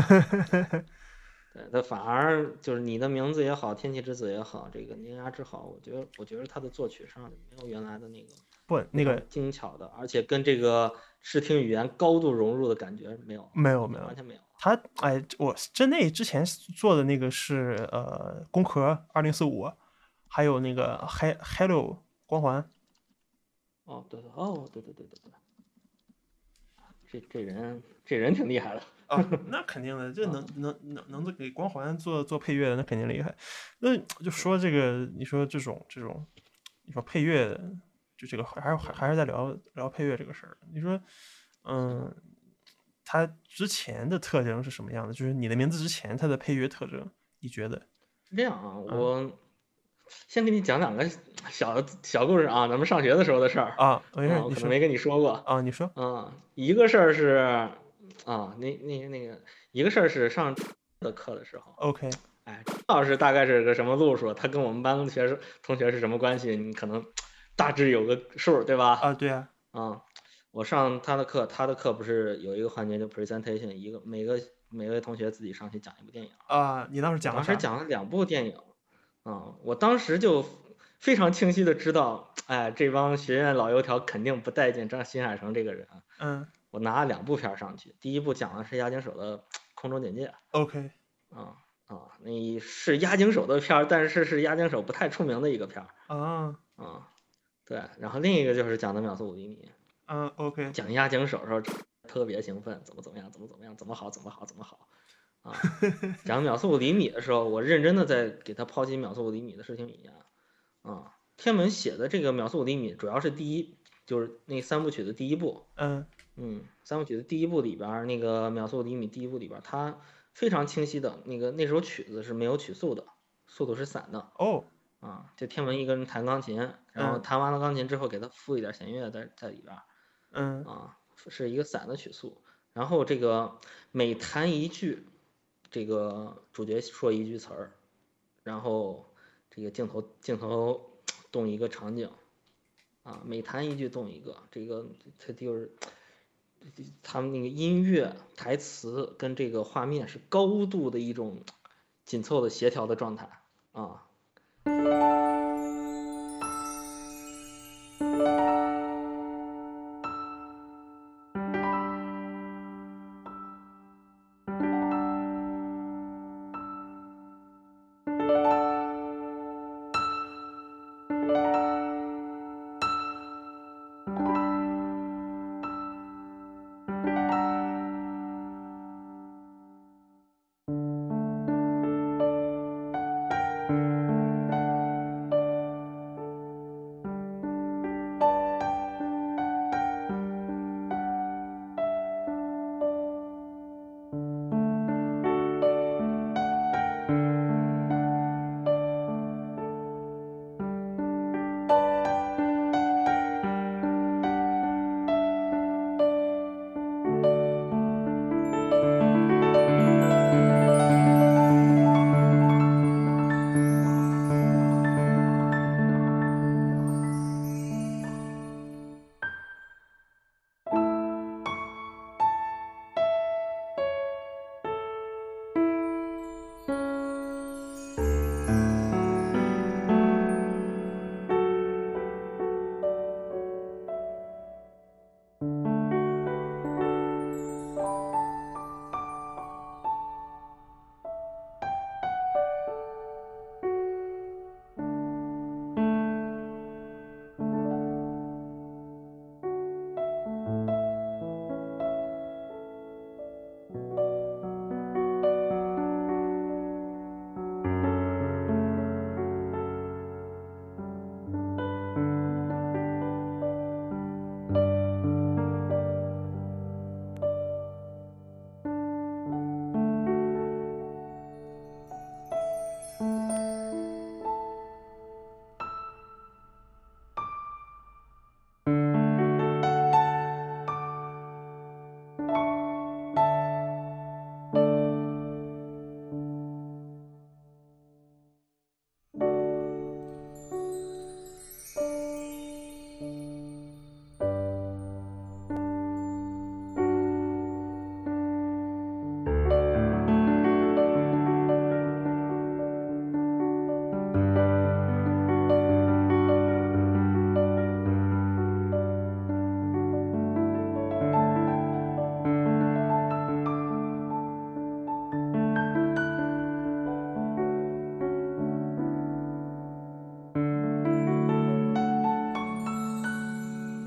S2: 对，他反而就是你的名字也好，天气之子也好，这个铃芽之好，我觉得我觉得他的作曲上没有原来的那个
S1: 不那个
S2: 精巧的，而且跟这个视听语言高度融入的感觉没有，
S1: 没有没有
S2: 完，全没有。
S1: 他哎，我真内之前做的那个是呃《工壳二零四五》，还有那个《嗨 Hello 光环》，
S2: 哦，对对，哦，对对对对对，这这人这人挺厉害的。
S1: 啊，那肯定的，这
S2: 啊
S1: 能能能能做给光环做做配乐的，那肯定厉害。那就说这个，你说这种这种，你说配乐，就这个还是还还是在聊聊配乐这个事儿。你说，嗯，它之前的特征是什么样的？就是你的名字之前它的配乐特征，你觉得？
S2: 是这样啊，
S1: 嗯
S2: 我先给你讲两个小小故事啊，咱们上学的时候的事儿。
S1: 啊，没事
S2: 啊，
S1: 儿，
S2: 我
S1: 你
S2: 可能
S1: 说
S2: 没跟你说过。
S1: 啊，你说
S2: 啊，一个事儿是啊，那那那个一个事儿是上的课的时候，
S1: ，OK，
S2: 哎，老师大概是个什么路数，他跟我们班学生同学是什么关系，你可能大致有个数，对吧？
S1: 啊，对啊，
S2: 啊，我上他的课，他的课不是有一个环节叫 presentation，一个每个每位同学自己上去讲一部电影。
S1: 啊，你当时讲了
S2: 当时
S1: 啥？
S2: 讲了两部电影，啊，我当时就非常清晰的知道，哎，这帮学院老油条肯定不待见张新海诚这个人。
S1: 嗯
S2: 我拿了两部片儿上去，第一部讲的是押井守的《空中警戒》
S1: ，OK，
S2: 啊啊，那是押井守的片儿，但是是押井守不太出名的一个片儿
S1: 啊，
S2: 啊。对，然后另一个就是讲的《秒速五厘米
S1: 嗯，OK，》，
S2: 讲押井守的时候特别兴奋，怎么怎么样，怎么怎么样，怎么好，怎么好，怎么好啊。讲《秒速五厘米》的时候，我认真的在给他剖析《秒速五厘米》的事情一样啊。天文写的这个《秒速五厘米》主要是第一，就是那三部曲的第一部，
S1: 嗯
S2: 嗯，三部曲的第一部里边儿，那个《秒速五厘米》第一部里边儿，它非常清晰的那个那首曲子是没有曲速的，速度是散的
S1: 哦，
S2: 啊。就天文一个人弹钢琴，然后
S1: 嗯
S2: 弹完了钢琴之后，给他附一点弦乐在在里边儿
S1: 嗯
S2: 啊，是一个散的曲速。然后这个每弹一句，这个主角说一句词儿，然后这个镜头镜头动一个场景，啊，每弹一句动一个，这个它就是他们那个音乐、台词跟这个画面是高度的一种紧凑的协调的状态啊。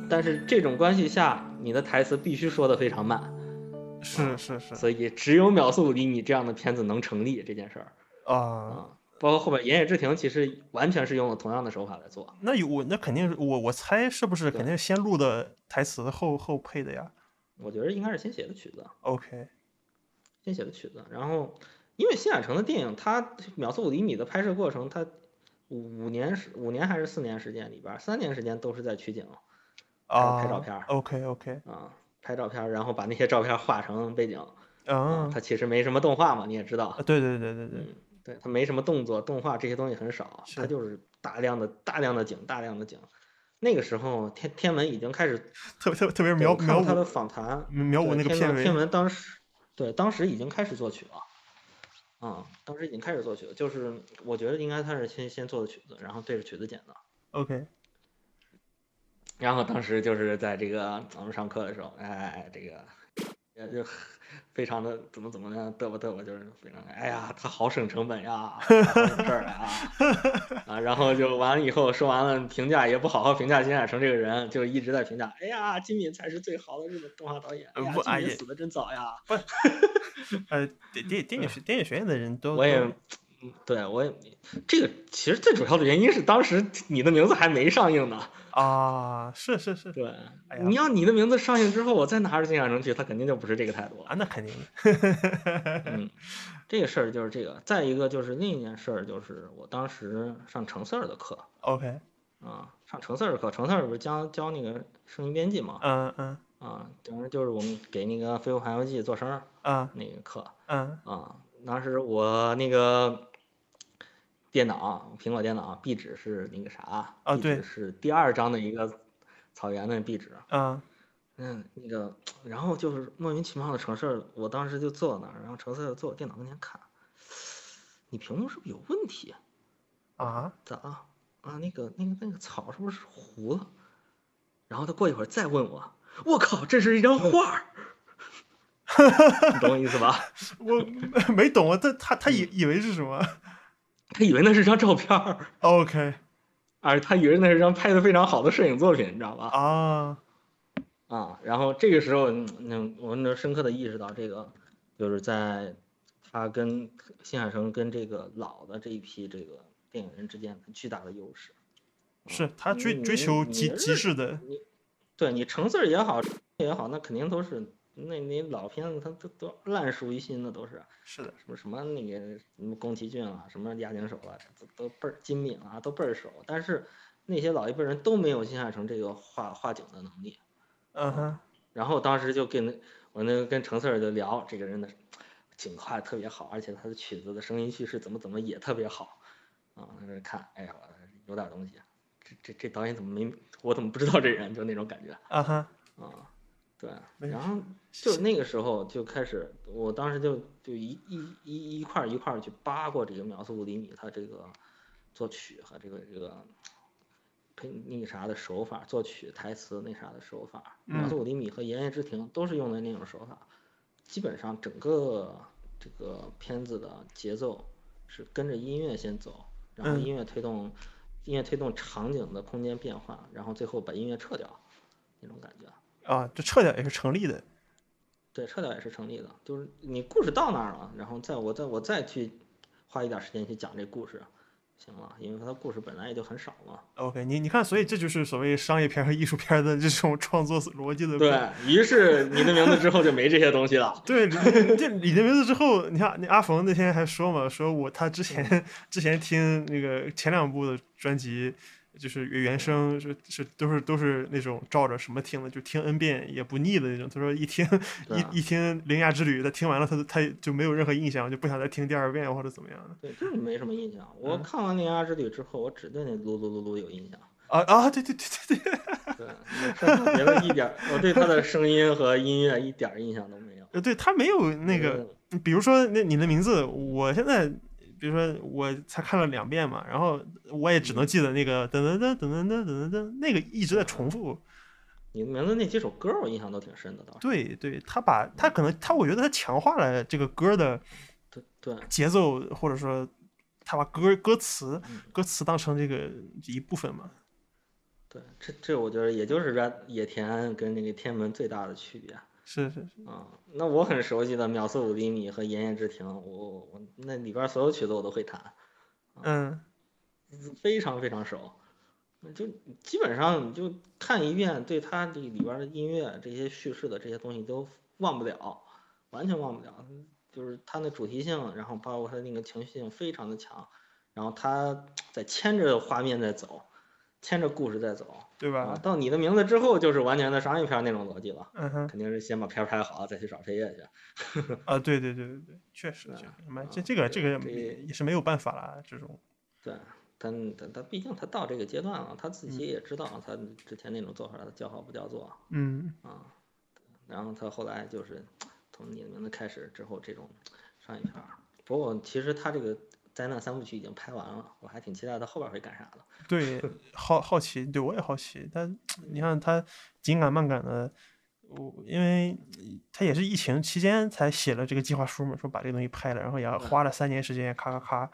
S2: 但是这种关系下，你的台词必须说的非常慢，
S1: 是是是
S2: 所以只有秒速里你这样的片子能成立这件事儿
S1: 啊。
S2: 啊。包括后边《言野之庭》其实完全是用了同样的手法来做，
S1: 那有我那肯定是我我猜是不是肯
S2: 对
S1: 定先录的台词后后配的呀
S2: 我觉得应该是先写的曲子，
S1: ？OK，
S2: 先写的曲子。然后，因为新海诚的电影，它《秒速五厘米》的拍摄过程，它五五年时五年还是四年时间里边儿，三年时间都是在取景
S1: 啊，
S2: 拍照片儿
S1: OK OK，
S2: 啊，拍照片儿，然后把那些照片儿画成背景。
S1: 啊，
S2: 它其实没什么动画嘛，你也知道
S1: 啊，对对对对对，
S2: 嗯，对，它没什么动作，动画这些东西很少，它
S1: 是
S2: 就是大量的大量的景，大量的景。那个时候，天天文已经开始
S1: 特别特别特别是
S2: 对
S1: 苗
S2: 我看过
S1: 苗
S2: 他的
S1: 舞
S2: 访谈，
S1: 苗舞
S2: 对
S1: 那个
S2: 天
S1: 片
S2: 文
S1: 尾
S2: 天文当时对当时已经开始作曲了，嗯，当时已经开始作曲了，就是我觉得应该他是先先做的曲子，然后对着曲子剪的。
S1: OK
S2: 然后当时就是在这个咱们上课的时候，哎哎哎，这个也就非常的怎么怎么样嘚吧嘚吧，就是非常哎呀，他好省成本呀，好省事 儿啊啊，然后就完了以后说完了评价也不好好评价新海诚这个人，就一直在评价，哎呀，金敏才是最好的日本动画导演，哎
S1: 不哎
S2: 呀，
S1: 也
S2: 金敏死的真早呀，
S1: 呃电电电影学电影学院的人都
S2: 嗯我也
S1: 都。
S2: 嗯对，我也，这个其实最主要的原因是当时你的名字还没上映呢，
S1: 啊，是是是
S2: 对，
S1: 哎呀
S2: 你要你的名字上映之后，我再拿着金海诚去，他肯定就不是这个态度了。
S1: 啊，那肯定的，
S2: 嗯，这个事儿就是这个。再一个就是另一件事儿，就是我当时上程 Sir 的课
S1: OK，
S2: 啊，上程 Sir 的课，程 Sir 不是教教那个声音编辑嘛？
S1: 嗯嗯
S2: 啊，当时就是我们给那个《飞屋环游记》做声儿
S1: 啊
S2: 那个课
S1: 嗯
S2: 啊。当时我那个电脑，苹果电脑壁纸是那个啥？
S1: 啊
S2: 壁纸
S1: 对
S2: 是第二章的一个草原的壁纸。
S1: 啊
S2: 嗯，那个，然后就是莫名其妙的程式儿，我当时就坐那儿，然后程式儿就坐我电脑跟前看，你屏幕是不是有问题啊？
S1: 啊
S2: 咋了？啊，那个那个那个草是不是糊了？然后他过一会儿再问我，我靠，这是一张 画儿，你懂我意思吧？
S1: 我 没懂啊，这他他
S2: 嗯
S1: 以以为是什么
S2: 他以为那是张照片儿，
S1: ？OK
S2: 而啊他以为那是张拍的非常好的摄影作品，你知道吧？
S1: 啊，
S2: 啊，然后这个时候，嗯嗯，我能深刻的意识到，这个就是在他跟新海诚跟这个老的这一批这个电影人之间巨大的优势。
S1: 是他
S2: 因为
S1: 追
S2: 你
S1: 追求
S2: 你
S1: 极
S2: 认
S1: 极致的，
S2: 对你成字儿也好也好，那肯定都是那你老片子，他都都烂熟于心的都是
S1: 是的，
S2: 什么什么那个什么宫崎骏啊，什么押井守啊，都都倍儿金敏啊，都倍儿熟。但是那些老一辈人都没有新海诚这个画画景的能力。
S1: 嗯哼，
S2: 然后当时就跟我那个跟程 Sir 就聊这个人的景画特别好，而且他的曲子的声音叙事怎么怎么也特别好啊。在那看，哎呀，我有点东西，啊这这这导演怎么没我怎么不知道这人？就那种感觉
S1: 啊哈，
S2: 啊。对，
S1: 没
S2: 然后就那个时候就开始，我当时就就一一一一块儿一块儿去扒过这个秒速五厘米，他这个作曲和这个这个配那个啥的手法，作曲、台词那啥的手法，
S1: 嗯
S2: 秒速五厘米和言叶之庭都是用的那种手法，基本上整个这个片子的节奏是跟着音乐先走，然后
S1: 嗯
S2: 音乐推动、音乐推动场景的空间变化，然后最后把音乐撤掉，那种感觉。
S1: 啊，这撤掉也是成立的，
S2: 对，撤掉也是成立的，就是你故事到那儿了，然后再我再我再去花一点时间去讲这故事，行了，因为它故事本来也就很少嘛。
S1: OK，你你看，所以这就是所谓商业片和艺术片的这种创作逻辑的不
S2: 对于是你的名字之后就没这些东西了。
S1: 对，李这李的名字之后，你看，那阿冯那天还说嘛，说我他之前之前听那个前两部的专辑，就是原声是是都是都是那种照着什么听的，就听 n 遍也不腻的那种。他说一听
S2: 对啊
S1: 一一听《铃芽之旅》，他听完了他就他就没有任何印象，就不想再听第二遍或者怎么样的。
S2: 对，就是没什么印象。我看完《铃芽之旅》之后，我只对那噜噜噜噜有印象，
S1: 啊啊，对对对对对，
S2: 对，我剩下别的一点儿，我对他的声音和音乐一点儿印象都没有。
S1: 呃对他没有那个。比如说那你的名字，我现在比如说我才看了两遍嘛，然后我也只能记得那个噔噔噔噔噔噔噔噔噔，那个一直在重复。
S2: 你的名字那几首歌儿我印象都挺深的，倒是。
S1: 对对，他把他可能他我觉得他强化了这个歌的
S2: 对对，
S1: 节奏，或者嗯说他把歌歌词歌词当成这个一部分嘛。
S2: 对，这这我觉得也就是这野田跟那个天门最大的区别啊、
S1: 是是是，
S2: 那我很熟悉的《秒速五厘米》和《言叶之庭》，我我那里边所有曲子我都会弹，
S1: 嗯，
S2: 非常非常熟。就基本上你就看一遍，对它这里边的音乐、这些叙事的这些东西都忘不了，完全忘不了。就是它的主题性，然后包括它那个情绪性非常的强，然后它在牵着画面在走，牵着故事在走。
S1: 对
S2: 啊
S1: 吧？，
S2: 到你的名字之后就是完全的商业片那种逻辑了，
S1: 嗯哼，
S2: 肯定是先把片儿拍好，再去找配乐去。
S1: 啊，对嗯对对对对，确实
S2: 对
S1: 确实
S2: 啊，
S1: 蛮
S2: 啊
S1: 这这个这
S2: 这
S1: 个
S2: 这
S1: 也也是没有办法啦，这种，
S2: 对，但但但毕竟他到这个阶段了，他自己也知道他之前那种做法叫好不叫座
S1: 嗯，
S2: 啊。然后他后来就是从你的名字开始之后，这种商业片儿。不过其实他这个灾难三部曲已经拍完了，我还挺期待他后边会干啥的。
S1: 对，好好奇，对我也好奇，但你看他紧赶啊慢赶的，我因为他也是疫情期间才写了这个计划书嘛，说把这个东西拍了，然后也要花了三年时间，咔咔咔，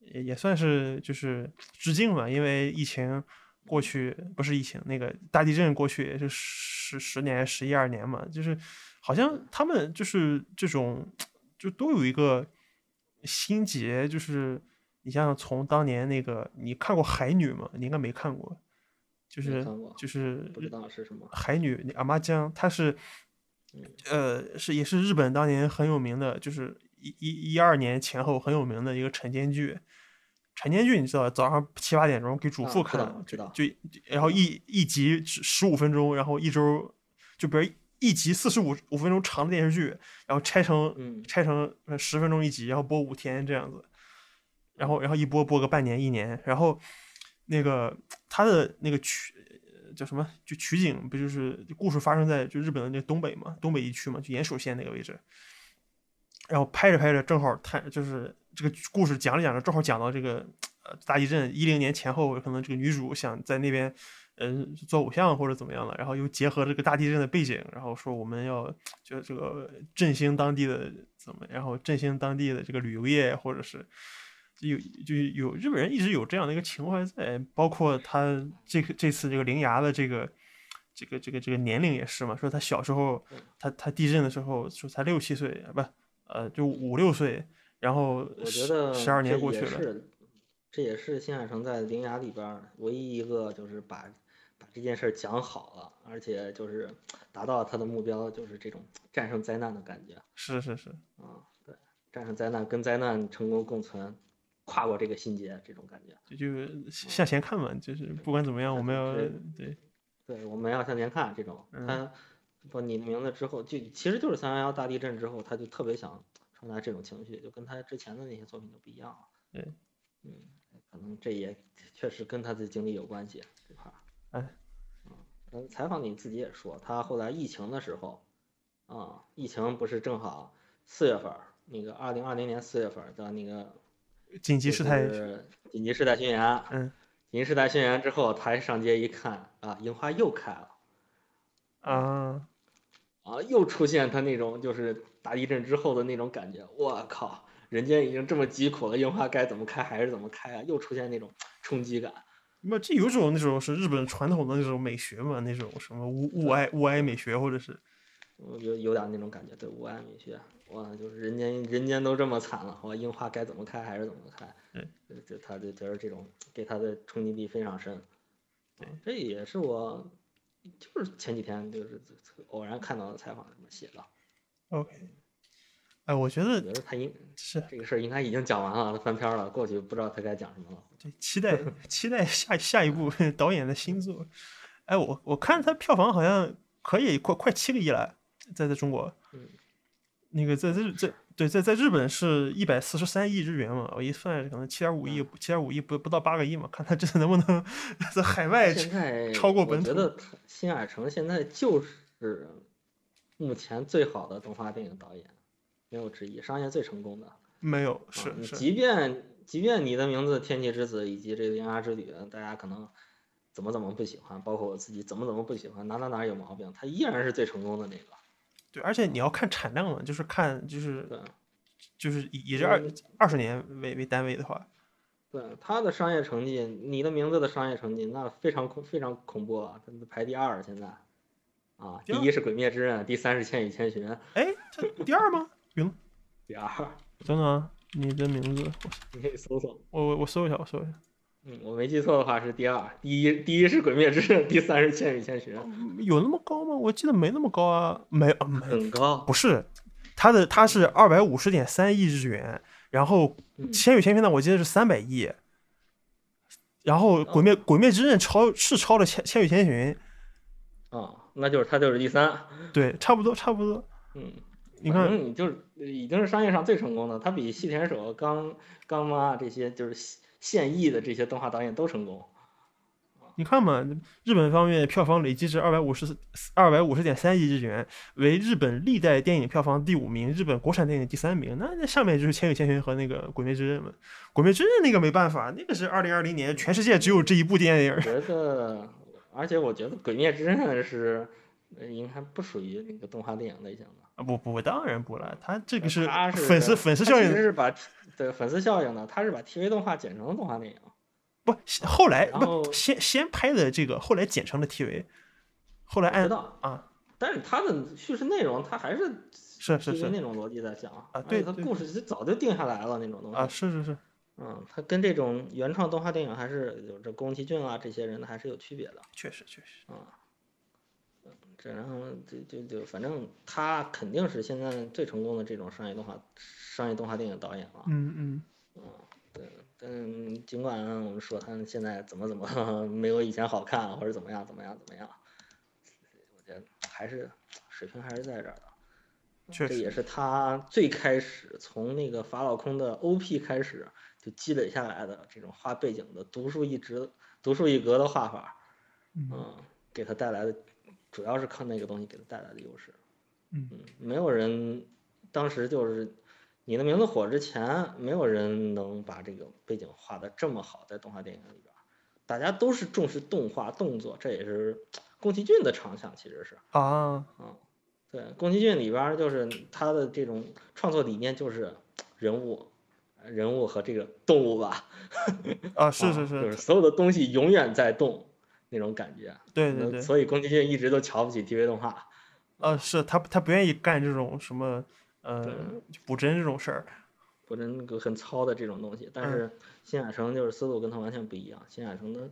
S1: 也也算是就是致敬嘛，因为疫情过去不是疫情，那个大地震过去也是十十年、十一二年嘛，就是好像他们就是这种就都有一个心结，就是你像从当年那个你看过《海女》吗？你应该没看过，就
S2: 没
S1: 是
S2: 看过
S1: 就是
S2: 不知道是什么，
S1: 海女阿妈江，她是，
S2: 嗯
S1: 呃，是也是日本当年很有名的，就是一一一二年前后很有名的一个晨间剧。晨间剧你知道，早上七八点钟给主
S2: 啊
S1: 妇
S2: 知
S1: 看，
S2: 道知道
S1: 就就然后一一集十五分钟，然后一周就比如一集四十五五分钟长的电视剧，然后拆成、
S2: 嗯
S1: 拆成呃十分钟一集，然后播五天这样子，然后然后一播播个半年一年，然后那个它的那个取呃叫什么？就取景不就是就故事发生在就日本的那个东北嘛，东北一区嘛，就岩手县那个位置。然后拍着拍着，正好探就是这个故事讲着讲着，正好讲到这个呃大地震一零年前后，可能这个女主想在那边嗯做偶像或者怎么样了，然后又结合这个大地震的背景，然后说我们要就这个振兴当地的怎么，然后振兴当地的这个旅游业或者是。就有就有日本人一直有这样的一个情怀在，包括他这个这次这个铃芽的这个这个这个这个年龄也是嘛，说他小时候他他地震的时候说才六七岁，不呃就五六岁，然后
S2: 我觉
S1: 十
S2: 得
S1: 十二年
S2: 这
S1: 过
S2: 也
S1: 去了，
S2: 是这也是新海诚在《铃芽》里边儿唯一一个就是把把这件事儿讲好了，而且就是达到他的目标，就是这种战胜灾难的感觉
S1: 是是是，
S2: 啊，对，战胜灾难跟灾难成功共存，跨过这个心结这种感觉。
S1: 就就向前看嘛，就是不管怎么样，我们要
S2: 对
S1: 对
S2: 对，我们要向前看这种。
S1: 嗯
S2: 他不，你的名字之后，就其实就是三幺幺大地震之后，他就特别想传达这种情绪，就跟他之前的那些作品就不一样了。
S1: 对，
S2: 嗯，可能这也确实跟他的经历有关系这块儿。
S1: 哎
S2: 嗯，嗯，采访你自己也说，他后来疫情的时候，啊、疫情不是正好四月份儿，那个二零二零年四月份儿的那个
S1: 紧急事态
S2: 就，是紧急事态宣言。
S1: 嗯
S2: 紧急事态宣言之后，他上街一看啊，樱花又开了。
S1: 啊，
S2: 啊，又出现他那种就是大地震之后的那种感觉。我靠，人间已经这么疾苦了，樱花该怎么开还是怎么开啊？又出现那种冲击感。
S1: 那这有种那种是日本传统的那种美学嘛，那种什么物物哀物哀美学，或者是
S2: 我有有点那种感觉，对，无爱美学，哇，就是人间人间都这么惨了，我樱花该怎么开还是怎么开，
S1: 对
S2: 就，就他就觉得这种给他的冲击力非常深，
S1: 对
S2: 啊，这也是我就是前几天就是偶然看到的采访里面写的，
S1: OK，哎，我觉
S2: 我
S1: 得
S2: 觉得他应
S1: 是
S2: 这个事儿应该已经讲完了，他翻篇儿了，过去不知道他该讲什么了。
S1: 对，期待期待下下一部 导演的新作。哎，我我看它票房好像可以快快七个亿了，在在中国，
S2: 嗯
S1: 那个在日在对在在日本是一百四十三亿日元嘛，我一算可能七点五亿七点五亿不不到八个亿嘛，看它这能不能在海外
S2: 现在
S1: 超过
S2: 我
S1: 本
S2: 觉
S1: 土
S2: 得他新海诚现在就是目前最好的动画电影导演，没有之一，商业最成功的。啊
S1: 没有是
S2: 你
S1: 是
S2: 即便即便你的名字《天气之子》以及这个《铃芽之旅》，大家可能怎么怎么不喜欢，包括我自己怎么怎么不喜欢，哪哪哪有毛病，他依然是最成功的那个。
S1: 对，而且你要看产量嘛，就是看就是
S2: 对，
S1: 就是以以这二
S2: 嗯
S1: 二十年为为单位的话，
S2: 对他的商业成绩，你的名字的商业成绩那非常恐非常恐怖啊，他排第二现在，啊，第
S1: 第二
S2: 一是《鬼灭之刃》，第三是《千与千寻》，
S1: 哎，这第二吗？云，
S2: 第二，
S1: 等等啊，你的名字，
S2: 你可以搜搜，
S1: 我我我搜一下，我搜一下。
S2: 嗯，我没记错的话是第二，第一第一是《鬼灭之刃》，第三是《千与千寻》，
S1: 有那么高吗？我记得没那么高啊，没啊没，
S2: 很高，
S1: 不是，他的他是二百五十点三亿日元，然后
S2: 嗯
S1: 《千与千寻》呢，我记得是三百亿，然后《鬼
S2: 哦
S1: 灭鬼灭之刃》超是超了千《千与千寻
S2: 啊，那就是他就是第三，》，
S1: 对，差不多差不多。
S2: 嗯。
S1: 你
S2: 反
S1: 看，
S2: 正你就是已经是商业上最成功的，他比细田守、刚刚妈这些就是现现役的这些动画导演都成功。
S1: 你看嘛，日本方面票房累计至二百五十二百五十点三亿日元，为日本历代电影票房第五名，日本国产电影第三名。那那上面就是《千与千寻》和那个《鬼灭之刃》嘛，《鬼灭之刃》那个没办法，那个是二零二零年全世界只有这一部电影
S2: 我。觉得，而且我觉得《鬼灭之刃》是呃应该不属于那个动画电影类型的，
S1: 啊，不不，当然不了，他这个是
S2: 它是
S1: 粉丝粉丝效
S2: 它其
S1: 应，
S2: 实是把对粉丝效应呢，它是把 TV 动画剪成了动画电影。
S1: 不后来
S2: 然后
S1: 不先先拍的这个，后来剪成了 TV，后来
S2: 我知
S1: 按
S2: 道
S1: 啊，
S2: 但是它的叙事内容，它还是
S1: 是是
S2: TV
S1: 是
S2: 那种逻辑在讲啊
S1: 对
S2: 它
S1: 对
S2: 故事是早就定下来了那种东西
S1: 啊，是是是，
S2: 嗯，它跟这种原创动画电影还是有着宫崎骏啊这些人还是有区别的。
S1: 确实确实，
S2: 这然后就就就反正他肯定是现在最成功的这种商业动画商业动画电影导演了。
S1: 嗯嗯，
S2: 嗯，尽管我们说他现在怎么怎么 没有以前好看，啊或者怎么样怎么样怎么样，啊我觉得还是水平还是在这儿的。
S1: 确
S2: 这
S1: 实
S2: 也是他最开始从那个法老空的 OP 开始就积累下来的这种画背景的独树一帜、独树一格的画法，嗯，给他带来的主要是靠那个东西给他带来的优势。
S1: 嗯
S2: 没有人当时就是你的名字火之前，没有人能把这个背景画的这么好，在动画电影里边儿，大家都是重视动画动作，这也是宫崎骏的长项，其实是。
S1: 啊，
S2: 对，宫崎骏里边儿就是他的这种创作理念就是人物、呃人物和这个动物吧，
S1: 啊，是是
S2: 啊就是
S1: 是，
S2: 所有的东西永远在动那种感觉。啊
S1: 对对
S2: 那
S1: 对，
S2: 所以宫崎骏一直都瞧不起 TV 动画。
S1: 啊，是他他不愿意干这种什么
S2: 对
S1: 呃补针这种事儿，
S2: 或者那个很糙的这种东西。但
S1: 嗯
S2: 是新海诚就是思路跟他完全不一样，新海诚的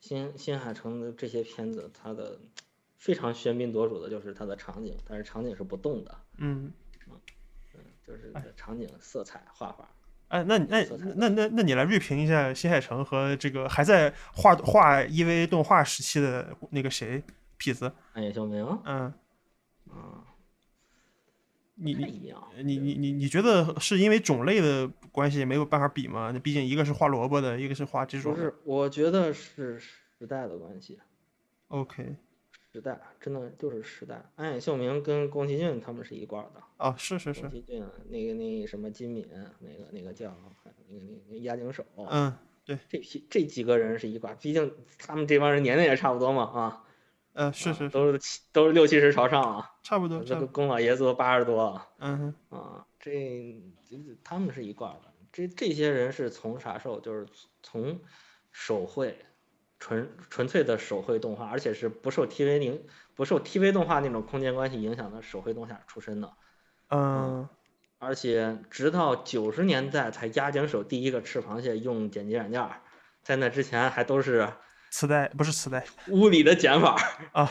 S2: 新新海诚的这些片子，它的非常喧宾夺主的就是它的场景，但是场景是不动的，嗯
S1: 嗯，
S2: 就是场景、色彩、画法。
S1: 哎，那你那
S2: 色彩
S1: 那那那你来锐评一下新海诚和这个还在画画 EVA 动画时期的那个谁痞子，
S2: 暗夜凶明
S1: 嗯，
S2: 啊，
S1: 你
S2: 不太
S1: 你
S2: 一样。
S1: 你你你你觉得是因为种类的关系没有办法比吗？那毕竟一个是画萝卜的，一个是画这种
S2: 不
S1: 的。
S2: 是，我觉得是时代的关系，
S1: OK
S2: 时代真的就是时代。暗夜秀明跟宫崎骏他们是一挂的，
S1: 啊，是是
S2: 宫
S1: 是，
S2: 崎骏那个那个什么金敏，那个那个叫那个那个那个押井守，
S1: 嗯
S2: 这批这几个人是一挂，毕竟他们这帮人年龄也差不多嘛啊，
S1: 呃是
S2: 啊
S1: 是是，
S2: 都是七都是六七十朝上啊，
S1: 差不多差
S2: 这
S1: 不
S2: 个
S1: 多，
S2: 宫老爷子都八十多了
S1: 嗯哼
S2: 啊，这这他们是一挂的，这这些人是从啥时候？就是从手绘。纯纯粹的手绘动画，而且是不受 TV 影不受 TV 动画那种空间关系影响的手绘动画出身的，
S1: 嗯
S2: 而且直到九十年代才押井守第一个吃螃蟹用剪辑软件儿，在那之前还都是
S1: 磁带不是磁带
S2: 屋里的剪法
S1: 啊，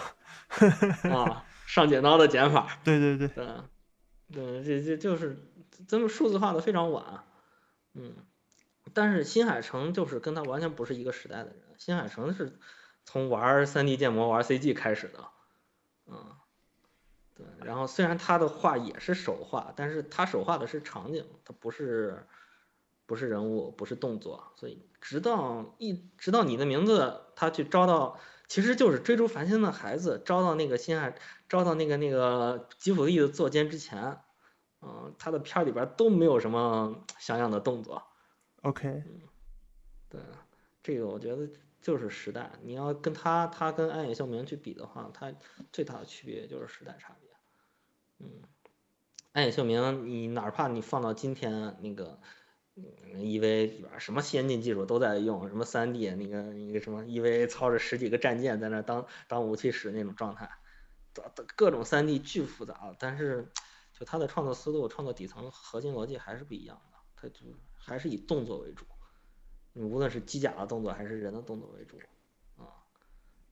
S2: 儿啊，上剪刀的剪法儿，
S1: 对对对，
S2: 对，对，这这就是这么数字化的非常晚，嗯，但是新海诚就是跟他完全不是一个时代的人，新海诚是从玩三 D 建模、玩 CG 开始的，嗯，对，然后虽然他的画也是手画，但是他手画的是场景，他不是不是人物，不是动作，所以直到一直到你的名字，他去招到。其实就是追逐繁星的孩子招到那个新海招到那个那个吉卜力的坐监之前，嗯、他的片儿里边儿都没有什么像样的动作。
S1: OK
S2: 对，这个我觉得就是时代。你要跟他他跟暗夜秀明去比的话，他最大的区别就是时代差别。嗯，暗夜秀明，你哪怕你放到今天那个嗯 EVA 里边儿什么先进技术都在用，什么三 D 那个那个什么 EVA 操着十几个战舰在那儿当当武器使那种状态，都都各种三 D 巨复杂，但是就他的创作思路、创作底层核心逻辑还是不一样的，他就还是以动作为主，你无论是机甲的动作还是人的动作为主，啊，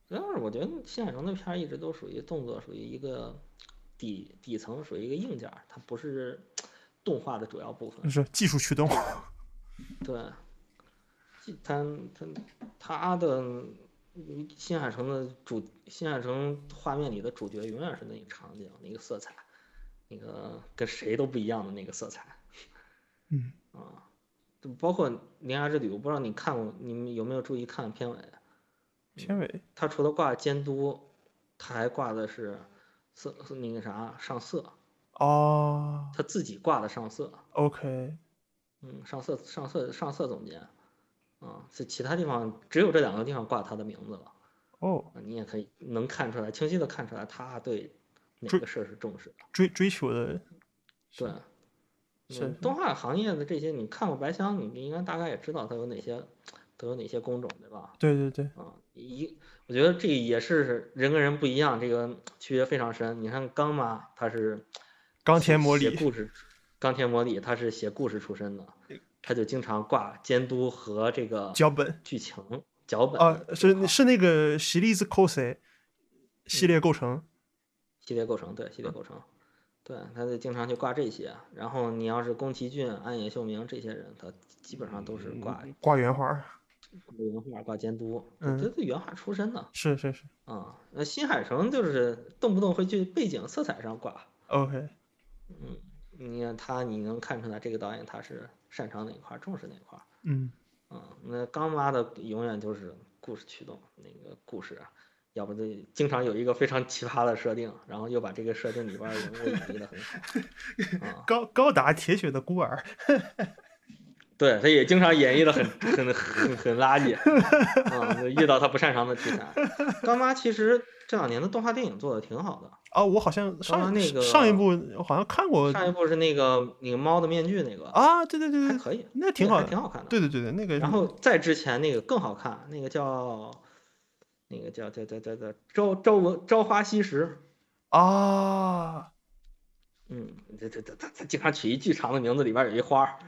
S2: 主要是我觉得新海诚的片儿一直都属于动作，属于一个底底层，属于一个硬件儿，它不是动画的主要部分。
S1: 就是技术驱动。
S2: 嗯对，既他他他的嗯新海诚的主新海诚画面里的主角永远是那个场景、那个色彩、那个跟谁都不一样的那个色彩
S1: 嗯，
S2: 啊，就包括《铃芽之旅》，我不知道你看过，你们有没有注意看片尾？
S1: 片尾
S2: 他除了挂监督，他还挂的是色是那个啥上色，
S1: 哦
S2: 他自己挂的上色。
S1: ，OK，
S2: 嗯，上色上色上色总监，啊，这其他地方只有这两个地方挂他的名字了，
S1: 哦，
S2: 啊你也可以能看出来，清晰的看出来他对哪
S1: 追
S2: 个事儿是重视的。
S1: 追追求
S2: 嗯
S1: 的
S2: 对，
S1: 是
S2: 嗯，动画行业的这些，你看过《白箱》，你应该大概也知道它有哪些，都有哪些工种，对吧？
S1: 对对对，
S2: 啊，一，我觉得这也是人跟人不一样，这个区别非常深。你看刚妈，他是
S1: 钢
S2: 写
S1: 铁魔
S2: 写
S1: 力
S2: 故事，钢铁魔力，他是写故事出身的，他就经常挂监督和这个
S1: 脚本
S2: 剧情脚本
S1: 啊，
S2: 这
S1: 是
S2: 块
S1: 是那个 s h i r i z Kose 系
S2: 嗯
S1: 列构成，
S2: 系列构成，对系列构成，对，他就经常去挂这些。然后你要是宫崎骏、暗野秀明这些人，他基本上都是挂
S1: 挂原画儿，
S2: 原画、挂监督，
S1: 嗯
S2: 他是原画出身的
S1: 是是是
S2: 啊。那新海诚就是动不动会去背景色彩上挂，
S1: ，OK，
S2: 嗯，你看他，你能看出来这个导演他是擅长哪块儿，重视哪块儿。
S1: 嗯，
S2: 啊，那刚妈的永远就是故事驱动，那个故事啊，要不就经常有一个非常奇葩的设定，然后又把这个设定里边儿人物演绎的很好 啊，
S1: 高高达铁血的孤儿，
S2: 对，他也经常演绎的很很很很垃圾啊，就遇到他不擅长的题材。刚妈其实这两年的动画电影做的挺好的，
S1: 啊，我好像
S2: 刚
S1: 上
S2: 哦刚那个
S1: 上一部我好像看过
S2: 上一部是那个那个猫的面具那个，
S1: 啊，对对对
S2: 还
S1: 对，
S2: 可以，
S1: 那挺
S2: 挺
S1: 好
S2: 挺
S1: 的，
S2: 好看的。
S1: 对对对对，那个
S2: 然后再之前那个更好看，那个叫那个叫叫叫叫叫朝朝闻朝花夕拾，
S1: 啊，
S2: 嗯，这这这他他经常取一巨长的名字，里边有一花儿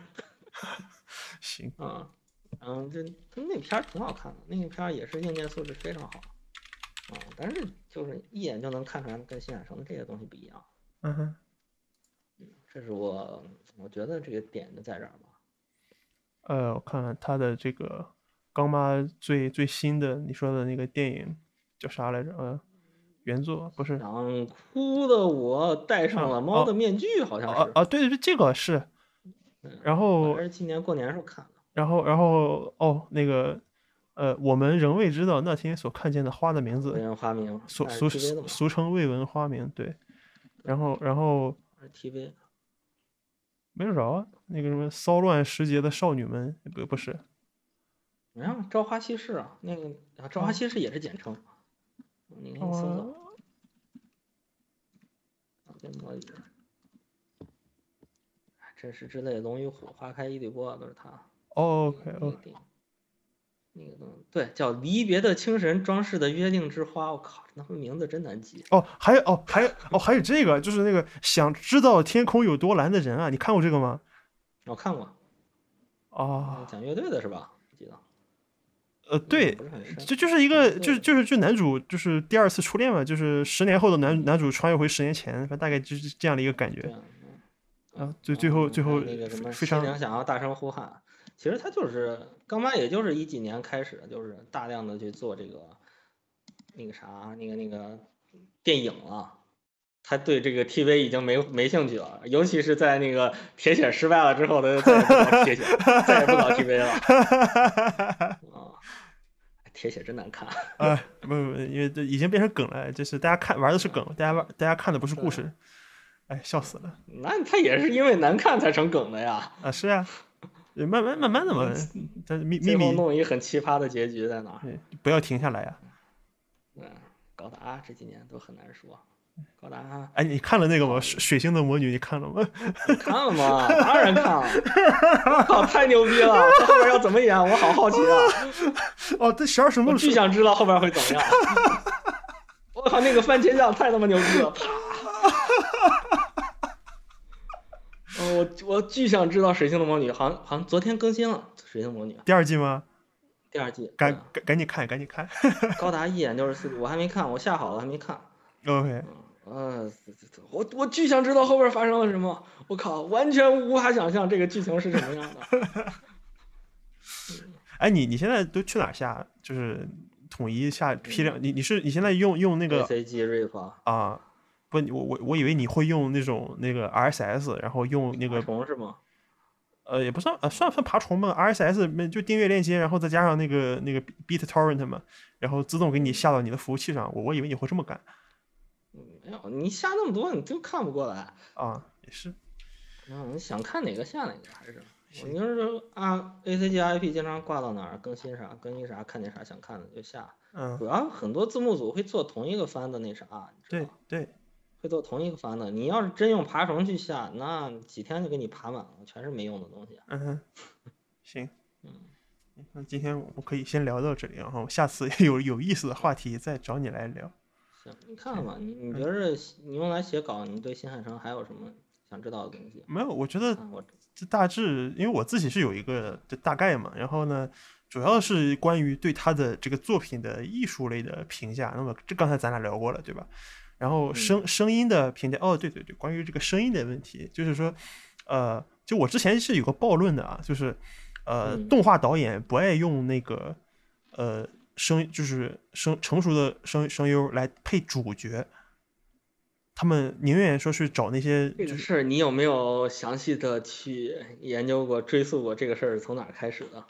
S1: 行，
S2: 啊，嗯，这他那片儿挺好看的，那个片儿也是硬件素质非常好啊，但是就是一眼就能看出来跟新海诚的这些东西不一样，
S1: 嗯哼，
S2: 这是我我觉得这个点就在这儿吧。
S1: 呃，我看看他的这个刚妈最最新的你说的那个电影叫啥来着？呃，原作不是？
S2: 想哭的我戴上了猫
S1: 哦
S2: 的面具，好像
S1: 啊哦
S2: 是，
S1: 啊，对对对，这个是。
S2: 嗯
S1: 然
S2: 我
S1: 后
S2: 还是今年过年时候看的。
S1: 然后然后哦，那个呃，我们仍未知道那天所看见的花的名
S2: 文
S1: 字，
S2: 人花名，
S1: 俗
S2: 那是
S1: 俗
S2: TV 的
S1: 俗
S2: 嘛
S1: 俗称未闻花名。对，然后然后
S2: 那是 TV
S1: 没找着啊，那个什么骚乱时节的少女们，不不是
S2: 没有《朝花夕拾》啊，那个啊《朝花夕拾》也是简称，你可以搜
S1: 哦
S2: 搜。啊这魔语哎真实之泪，龙与虎，花开一缕波，都是他。
S1: 哦，OK
S2: 那个
S1: OK，
S2: 电影那个东西对，叫《离别的清神装饰的约定之花》。我靠，那名字真难记。
S1: 哦，还有哦，还有哦，还有这个，就是那个想知道天空有多蓝的人啊，你看过这个吗？
S2: 我看过，
S1: 啊，
S2: 讲乐队的是吧？我记得。
S1: 呃，
S2: 印象
S1: 对
S2: 不，是很深。
S1: 这就是一个，
S2: 对
S1: 就是就是就男主就是第二次初恋嘛，就是十年后的男男主穿越回十年前，反正大概就是这样的一个感
S2: 对
S1: 觉
S2: 啊，嗯
S1: 啊。最最后
S2: 嗯
S1: 最
S2: 还
S1: 后
S2: 有那个什么
S1: 非
S2: 心
S1: 常
S2: 灵想要大声呼喊，其实他就是刚妈，也就是一几年开始，就是大量的去做这个那个啥那个那个电影了。他对这个 TV 已经没没兴趣了，尤其是在那个铁血失败了之后，他就再也不搞铁血，再也不搞 TV 了。啊，铁血真难看。
S1: 啊，不不不，因为这已经变成梗了，就是大家看玩的是梗，大家玩大家看的不是故事，哎，笑死了
S2: 那他也是因为难看才成梗的呀。
S1: 啊！是啊，慢慢慢慢的 嘛，但是秘秘
S2: 最后
S1: 密
S2: 弄一很奇葩的结局在哪儿？
S1: 对不要停下来啊！
S2: 嗯，高达这几年都很难说。高达
S1: 哎，你看了那个吗？水水星的魔女，你看了吗？
S2: 你看了吗？当然看了，我靠，太牛逼了！他后边要怎么演，我好好奇啊！
S1: 哦，这十二什
S2: 我
S1: 么
S2: 巨想知道后边会怎么样。我靠，那个番茄酱太他妈牛逼了！啪！哦，我我巨想知道《水星的魔女》，好像好像昨天更新了《水星魔女》
S1: 第二季吗？
S2: 第二季。
S1: 赶赶赶紧看，赶紧看。
S2: 对高达一眼就是四我还没看，我下好了还没看。
S1: OK，
S2: 呃，这这这我我巨想知道后边发生了什么，我靠，完全无法想象这个剧情是什么 样的。
S1: 哎，你你现在都去哪儿下？就是统一下批量，你你是你现在用用那个
S2: C G Rip 啊
S1: 啊？不，我我我以为你会用那种那个 RSS，然后用那
S2: 爬
S1: 个
S2: 虫是吗？
S1: 呃，也不算呃，算算爬虫吧，RSS 那就订阅链接，然后再加上那个那个 BitTorrent 嘛，然后自动给你下到你的服务器上。我我以为你会这么干
S2: 没有，你下那么多你就看不过来。
S1: 啊，也是
S2: 嗯，你想看哪个下哪个还是？我就是说啊，A C G I P 经常挂到哪儿更新啥更新啥，看见啥想看的就下。
S1: 嗯，
S2: 主要很多字幕组会做同一个番的那啥，啊你知道
S1: 对
S2: 吧
S1: 对，
S2: 会做同一个番的。你要是真用爬虫去下，那几天就给你爬满了，全是没用的东西。
S1: 嗯哼，行，
S2: 嗯，
S1: 那今天我们可以先聊到这里，然后下次 有有意思的话题再找你来聊。
S2: 行，你看看吧，你
S1: 嗯
S2: 你觉着你用来写稿，你对新海诚还有什么想知道的东西？啊
S1: 没有，我觉得
S2: 看我这
S1: 这大致，因为我自己是有一个就大概嘛，然后呢，主要是关于对他的这个作品的艺术类的评价。那么这刚才咱俩聊过了，对吧？然后声、声音的评价，哦，对对对，关于这个声音的问题，就是说，呃，就我之前是有个暴论的啊，就是，呃，
S2: 嗯
S1: 动画导演不爱用那个，呃，声就是声成熟的声声优来配主角，他们宁愿说是找那些
S2: 这
S1: 就
S2: 个
S1: 是
S2: 事儿，你有没有详细的去研究过、追溯过这个事儿从哪儿开始的？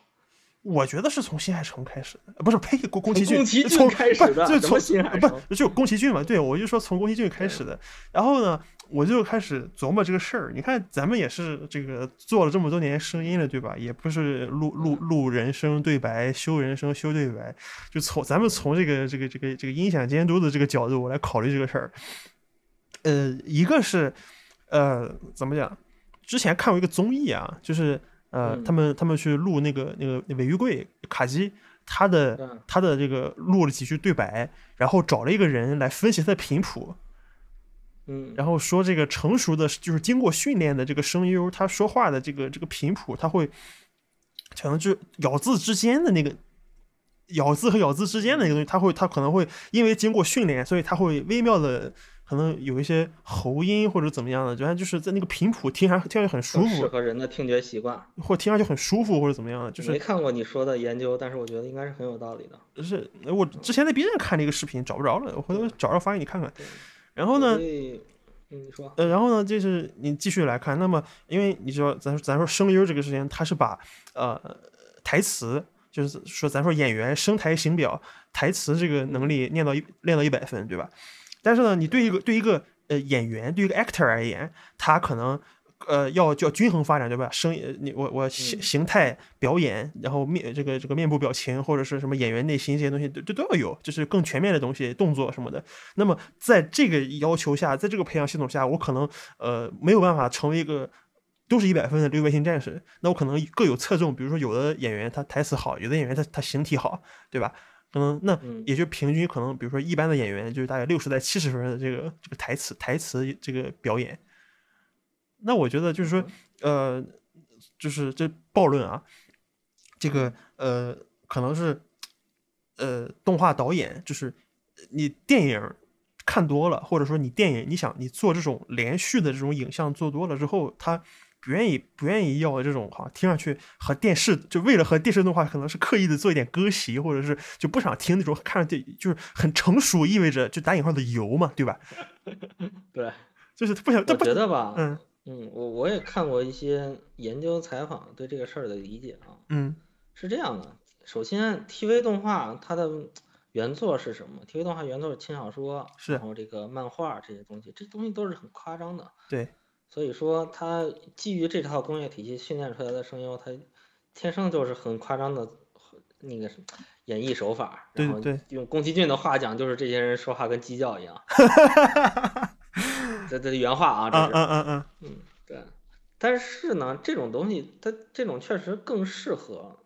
S1: 我觉得是从新海诚开始的，呃不是呸，宫宫崎
S2: 从
S1: 骏，
S2: 宫崎骏
S1: 从
S2: 开
S1: 不
S2: 始的
S1: 就
S2: 什
S1: 从
S2: 么新海诚
S1: 不就宫崎骏嘛？对，我就说从宫崎骏开始的。然后呢，我就开始琢磨这个事儿。你看，咱们也是这个做了这么多年声音了，对吧？也不是录录录人声对白，修人声修对白，就从咱们从这个这个这个这个音响监督的这个角度我来考虑这个事儿。呃，一个是呃怎么讲？之前看过一个综艺啊，就是呃
S2: 嗯
S1: 他们他们去录那个那个那尾鱼贵卡基。他的
S2: 嗯
S1: 他的这个录了几句对白，然后找了一个人来分析他的频谱，
S2: 嗯，
S1: 然后说这个成熟的，就是经过训练的这个声优，他说话的这个这个频谱，他会可能就咬字之间的那个咬字和咬字之间的那个东西，他会他可能会因为经过训练，所以他会微妙的可能有一些喉音或者怎么样的，就正就是在那个频谱听上听上去很舒
S2: 更适
S1: 服，
S2: 合人的听觉习惯。
S1: 或听上去很舒服或者怎么样的，就
S2: 没
S1: 是
S2: 看过你说的研究，但是我觉得应该是很有道理的。
S1: 是我之前在 B 站看了一个视频，找不着了，我回头找着发给你看看。
S2: 对
S1: 然后呢
S2: 所，以嗯你说，
S1: 呃，然后呢，就是你继续来看，那么因为你知道，咱说咱说声优这个事情，它是把呃台词，就是说咱说演员声台形表台词这个能力练到一练到一百分，对吧？但是呢，你对一个对一个呃演员对一个 actor 而言，他可能呃要要均衡发展，对吧？声呃你我我形形态表演，然后面这个这个面部表情或者是什么演员内心这些东西，都都都要有，就是更全面的东西，动作什么的。那么在这个要求下，在这个培养系统下，我可能呃没有办法成为一个都是一百分的六边形战士。那我可能各有侧重，比如说有的演员他台词好，有的演员他他形体好，对吧？可能那
S2: 嗯
S1: 也就平均可能，比如说一般的演员就是大概六十在七十分的这个这个台词台词这个表演。那我觉得就是说，呃，就是这暴论啊，这个呃，可能是呃，动画导演就是你电影看多了，或者说你电影你想你做这种连续的这种影像做多了之后，他不愿意不愿意要这种哈、听上去和电视就为了和电视动画可能是刻意的做一点割席，或者是就不想听那种看上去就是很成熟，意味着就打引号的油嘛，对吧？
S2: 对，
S1: 就是他不想，他
S2: 我
S1: 不
S2: 觉得吧，
S1: 嗯
S2: 嗯，我我也看过一些研究采访对这个事儿的理解啊，
S1: 嗯
S2: 是这样的，首先 TV 动画它的原作是什么？TV 动画原作是轻小说，
S1: 是
S2: 然后这个漫画这些东西，这东西都是很夸张的。
S1: 对
S2: 所以说，它基于这套工业体系训练出来的声优，它天生就是很夸张的那个什么演绎手法，
S1: 对
S2: 然后
S1: 对
S2: 用宫崎骏的话讲，就是这些人说话跟鸡叫一 样，这这原话啊，这
S1: 嗯
S2: 是、
S1: 嗯嗯嗯，
S2: 对。但是呢，这种东西它这种确实更适合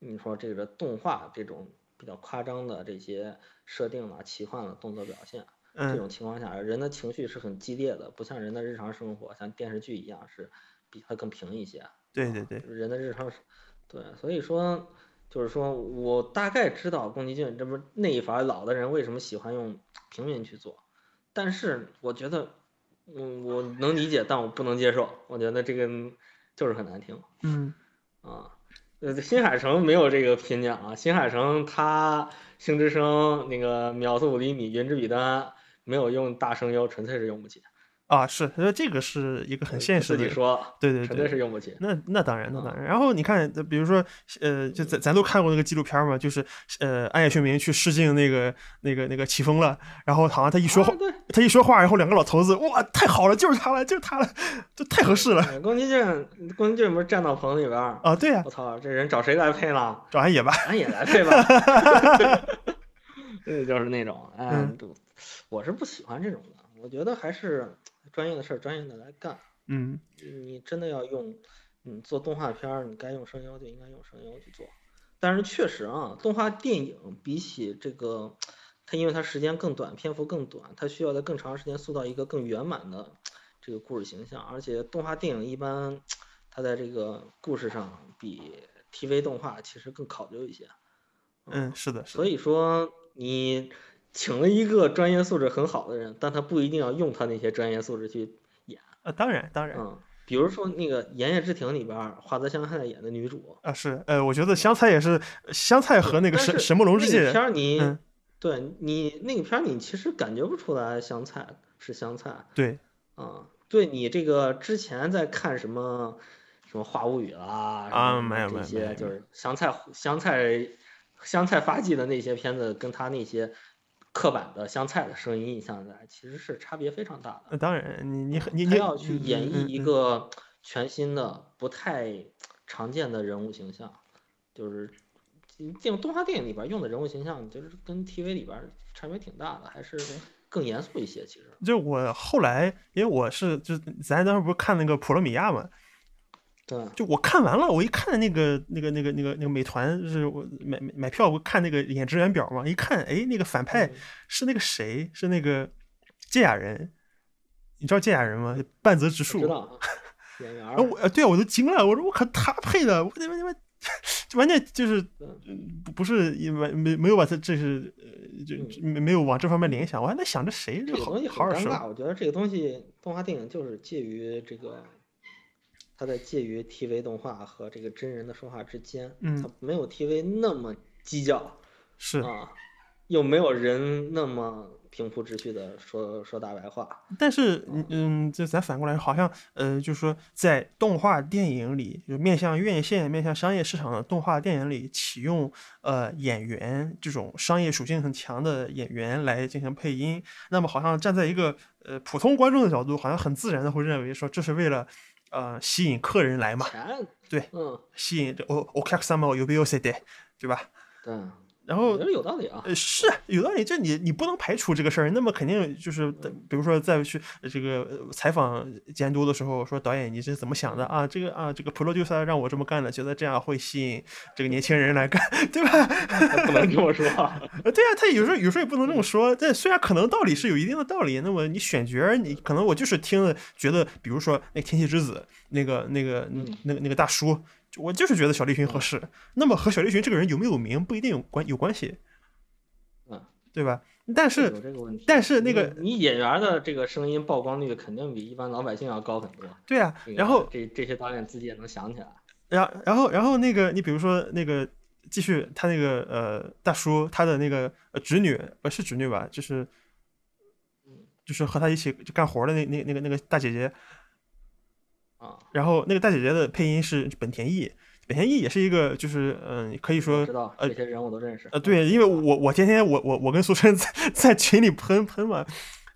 S2: 你说这个动画这种比较夸张的这些设定啊、奇幻的动作表现。这
S1: 嗯
S2: 种情况下，人的情绪是很激烈的，不像人的日常生活，像电视剧一样是比它更平一些。
S1: 对对对，
S2: 人的日常是，对，所以说就是说我大概知道宫崎骏这不是那一伐老的人为什么喜欢用平民去做，但是我觉得，嗯，我能理解，但我不能接受，我觉得这个就是很难听
S1: 嗯
S2: 啊。呃，新海诚没有这个评价啊，新海诚他《星之声》那个秒速五厘米、云之彼端没有用大声优，纯粹是用不起，
S1: 啊是，呃这个是一个很现实
S2: 自
S1: 的
S2: 己
S1: 一个，
S2: 说，
S1: 对对
S2: 纯粹
S1: 对
S2: 是。用不起。
S1: 那那当然，那当
S2: 啊
S1: 然。然后你看，呃比如说，呃，就咱咱都看过那个纪录片嘛，就是呃，暗夜宣明去试镜那个那个那个起风了，然后好像他一说话
S2: 啊，对，
S1: 他一说话，然后两个老头子，哇，太好了，就是他了，就是他了，这太合 适了
S2: 对。哎宫崎骏，宫崎骏不是站到棚里边儿，
S1: 啊！对呀、
S2: 我操，这人找谁来配呢？
S1: 找安野吧，
S2: 咱也来配吧。 这就是那种，哎
S1: 嗯，
S2: 不我是不喜欢这种的。我觉得还是专业的事儿，专业的来干。
S1: 嗯，
S2: 你真的要用，嗯，做动画片儿，你该用声优就应该用声优去做。但是确实啊，动画电影比起这个，它因为它时间更短，篇幅更短，它需要在更长时间塑造一个更圆满的这个故事形象。而且动画电影一般，它在这个故事上比 TV 动画其实更考究一些。
S1: 嗯，是的，是的，
S2: 所以说，你请了一个专业素质很好的人，但他不一定要用他那些专业素质去
S1: 啊，当然，当然，
S2: 嗯，比如说那个《盐业之庭》里边儿，花泽香菜演的女主，
S1: 啊是，呃，我觉得香菜也是，香菜和那个
S2: 但
S1: 神
S2: 是
S1: 神木隆之
S2: 那
S1: 介
S2: 个片儿你，
S1: 嗯
S2: 对你那个片儿你其实感觉不出来香菜是香菜啊、
S1: 对，
S2: 对你这个之前在看什么什么《话物语》啦什
S1: 啊
S2: 么
S1: 没有没有没
S2: 这
S1: 有
S2: 些就是香菜香菜香菜发迹的那些片子，跟他那些刻板的香菜的声音印象在其实是差别非常大的。
S1: 呃当然，你你很你
S2: 他
S1: 你
S2: 要去
S1: 嗯
S2: 演
S1: 嗯
S2: 绎一
S1: 嗯
S2: 个全新的、不太常见的人物形象，就是这种动画电影里边用的人物形象，就是跟 TV 里边差别挺大的，还是更严肃一些。其实，
S1: 就我后来，因为我是就咱当时不是看那个《普罗米亚》嘛，
S2: 对，
S1: 就我看完了，我一看那个那个那个那个那个美团，就是我买买买票，我看那个演职员表嘛，一看，哎，那个反派
S2: 嗯
S1: 是那个谁，是那个芥雅人，你知道芥雅人吗？半泽直
S2: 我
S1: 树
S2: 知。道啊演员
S1: 然后
S2: 儿
S1: 我呃对啊，我都惊了，我说我靠，他配的，我他妈他妈，就完全就是嗯不不是因为没没有把他这是呃就就没没有往这方面联想，我还在想着谁
S2: 嗯这
S1: 这
S2: 个
S1: 好
S2: 东西
S1: 好
S2: 很
S1: 耳
S2: 尴
S1: 熟，
S2: 尬。我觉得这个东西，动画电影就是介于这个。它在介于 TV 动画和这个真人的说话之间，
S1: 嗯
S2: 它没有 TV 那么鸡叫，
S1: 是，
S2: 啊，又没有人那么平铺直叙的说说大白话。
S1: 但是嗯嗯，就咱反过来好像呃，就是说在动画电影里，就面向院线、面向商业市场的动画电影里，启用呃演员这种商业属性很强的演员来进行配音，那么好像站在一个呃普通观众的角度，好像很自然的会认为说这是为了呃吸引客人来嘛，
S2: 钱，
S1: 对，
S2: 嗯，
S1: 吸引这哦お客様を呼び寄せて，对吧？
S2: 对，
S1: 然
S2: 我
S1: 后
S2: 觉得有道理啊。
S1: 呃，是有道理，这你你不能排除这个事儿，那么肯定就是，比如说再去呃这个呃采访监督的时候，说导演你是怎么想的啊？这个啊，这个 producer 让我这么干的，觉得这样会吸引这个年轻人来干， 对吧？
S2: 不能这么说，
S1: 呃对啊，他有时候有时候也不能这么说，但虽然可能道理是有一定的道理，那么你选角儿，你可能我就是听了觉得，比如说那个天气之子，那个那个
S2: 嗯
S1: 那个那个大叔，就我就是觉得小栗旬合适，那么和小栗旬这个人有没有名不一定有关有关系，
S2: 嗯，
S1: 对吧？但 是
S2: 有这个问题。
S1: 但是那
S2: 你
S1: 个
S2: 你演员的这个声音曝光率肯定比一般老百姓要高很多。
S1: 对啊
S2: 这，个
S1: 然后，
S2: 这这些导演自己也能想起来。
S1: 然然后，然后那个，你比如说那个，继续他那个呃，大叔他的那个呃侄女，呃是侄女吧，就是，
S2: 嗯
S1: 就是和他一起就干活的那那那个那个大姐姐，
S2: 啊，
S1: 然后那个大姐姐的配音是本田翼，本田翼也是一个就是嗯、可以
S2: 我
S1: 说
S2: 知道
S1: 呃
S2: 这些人我都认识。
S1: 呃，对，因为我我天 天我我我跟苏琛在在群里喷喷嘛，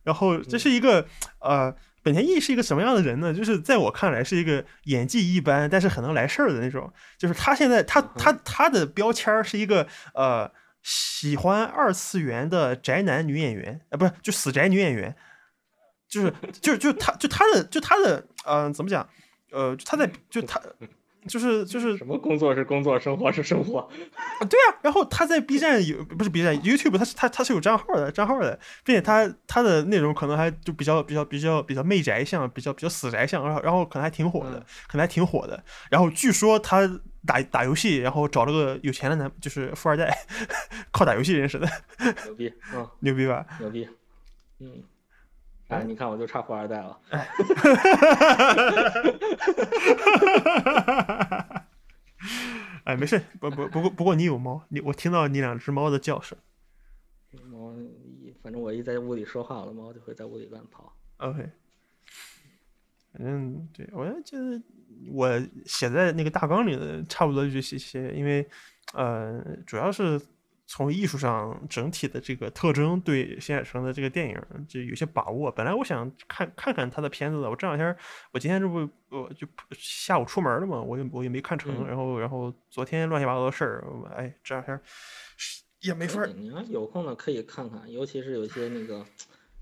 S1: 然后这是一个呃本田翼是一个什么样的人呢？就是在我看来是一个演技一般，但是很能来事儿的那种。就是他现在他他他的标签儿是一个呃喜欢二次元的宅男女演员，呃，不是就死宅女演员，就是就就他就他的就他的嗯、呃怎么讲呃就他在就他就是就是
S2: 什么工作是工作，生活是生活。
S1: 啊，对啊，然后他在 B 站有不是 B 站 YouTube，他是他他是有账号的账号的，并且他他的内容可能还就比较比较比较比较媚宅向，比较比较死宅向，然后然后可能还挺火的
S2: 嗯，
S1: 可能还挺火的。然后据说他打打游戏，然后找了个有钱的男，就是富二代， 靠打游戏认识的，
S2: 牛逼，嗯，
S1: 牛逼吧？
S2: 牛逼，嗯，哎，你看我就差富二代了，
S1: 哎，没事，不不不过不过你有猫，你我听到你两只猫的叫声。
S2: 猫一反正我一在屋里说话，我的猫就会在屋里乱跑。
S1: OK，反正对我就是我写在那个大纲里的差不多就这些，因为呃，主要是从艺术上整体的这个特征对新海诚的这个电影就有些把握。本来我想看看看他的片子的，我这两天我今天这不我就下午出门了嘛，我也我也没看成，
S2: 嗯
S1: 然后然后昨天乱七八糟的事儿，我哎这两天是也没法儿
S2: 对你要有空了可以看看，尤其是有些那个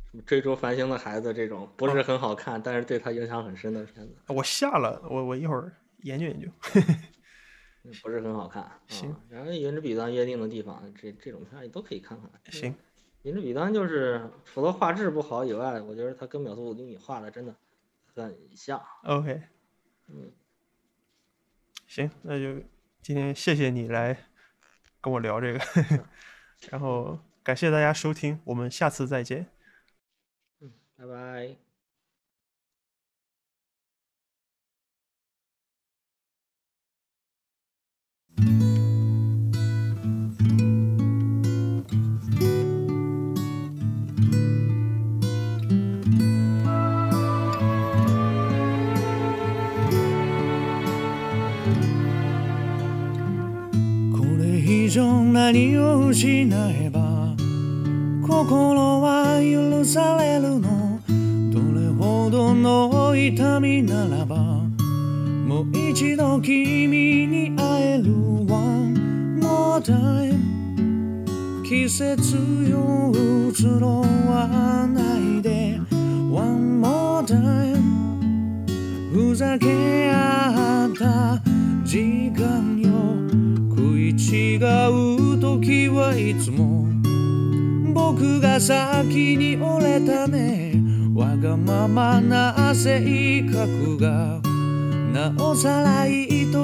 S2: 什么追逐繁星的孩子这种不
S1: 哦
S2: 是很好看，但是对他影响很深的片子，
S1: 我下了，我我一会儿研究研究。
S2: 嗯不是很好看。
S1: 行
S2: 嗯，然后《云之彼端》约定的地方，这这种片儿你都可以看看。
S1: 行，
S2: 《银之彼端》就是除了画质不好以外，我觉得它跟《秒速五厘米》画的真的很像。
S1: OK，
S2: 嗯，
S1: 行，那就今天谢谢你来跟我聊这个， 然后感谢大家收听，我们下次再见。
S2: 嗯，拜拜。
S3: これ以上何を失えば心は許されるのどれほどの痛みならばもう一度君に会える One more time 季節よ移ろわないで One more time ふざけ合った時間よ食い違う時はいつも僕が先に折れたねわがままな性格がなおさら愛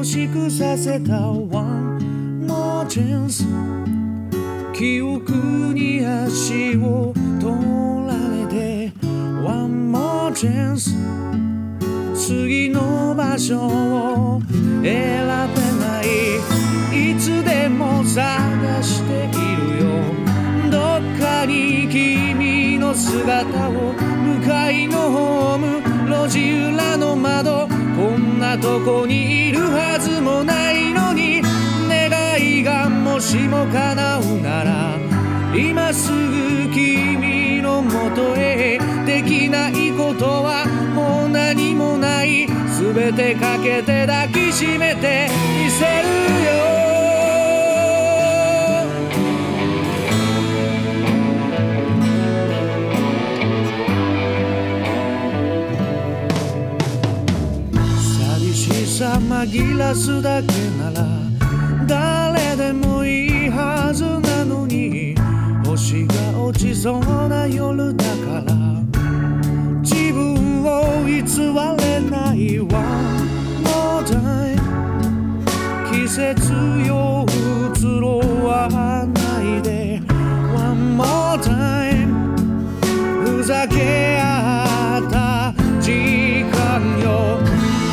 S3: しくさせた One more chance 記憶に足を取られて One more chance 次の場所を選べないいつでも探しているよどっかに君の姿を向かいのホーム路地裏の窓こんなとこにいるはずもないのに願いがもしも叶うなら今すぐ君のもとへできないことはもう何もない全てかけて抱きしめてみせるよ寂しさ紛らすだけなら誰でもいいはずなのに星が落ちそうな夜だから自分を偽れないわ More time 季節よ移ろわないで One more time ふざけ合った時間よ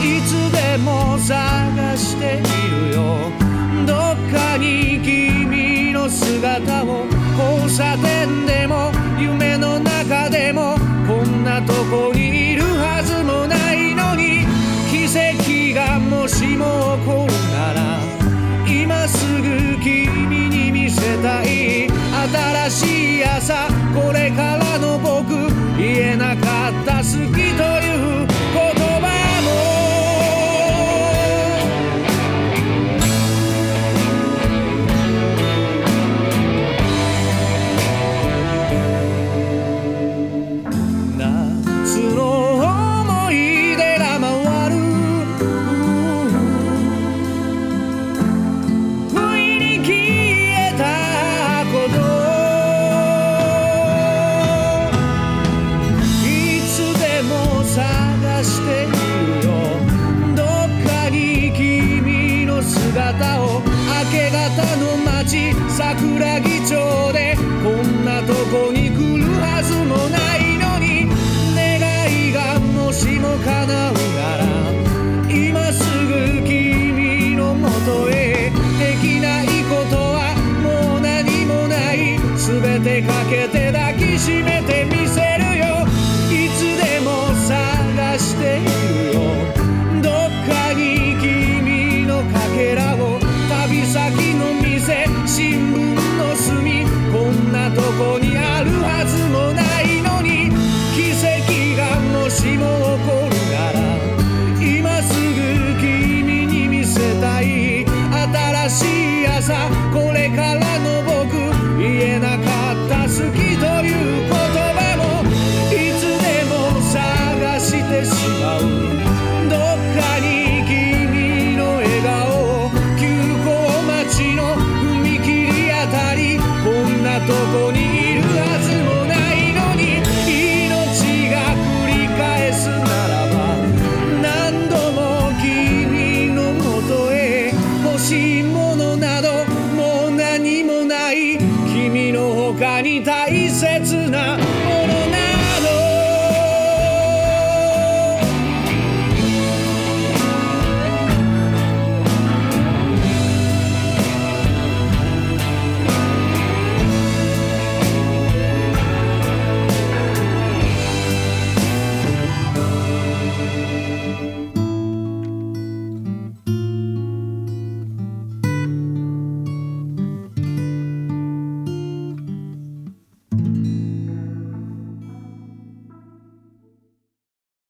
S3: いつでも探しているよどっかに君の姿を交差点でも夢の中でもこんなとこにいるはずもないのに奇跡がもしも起こるなら今すぐ君に見せたい新しい朝これからの僕言えなかった好き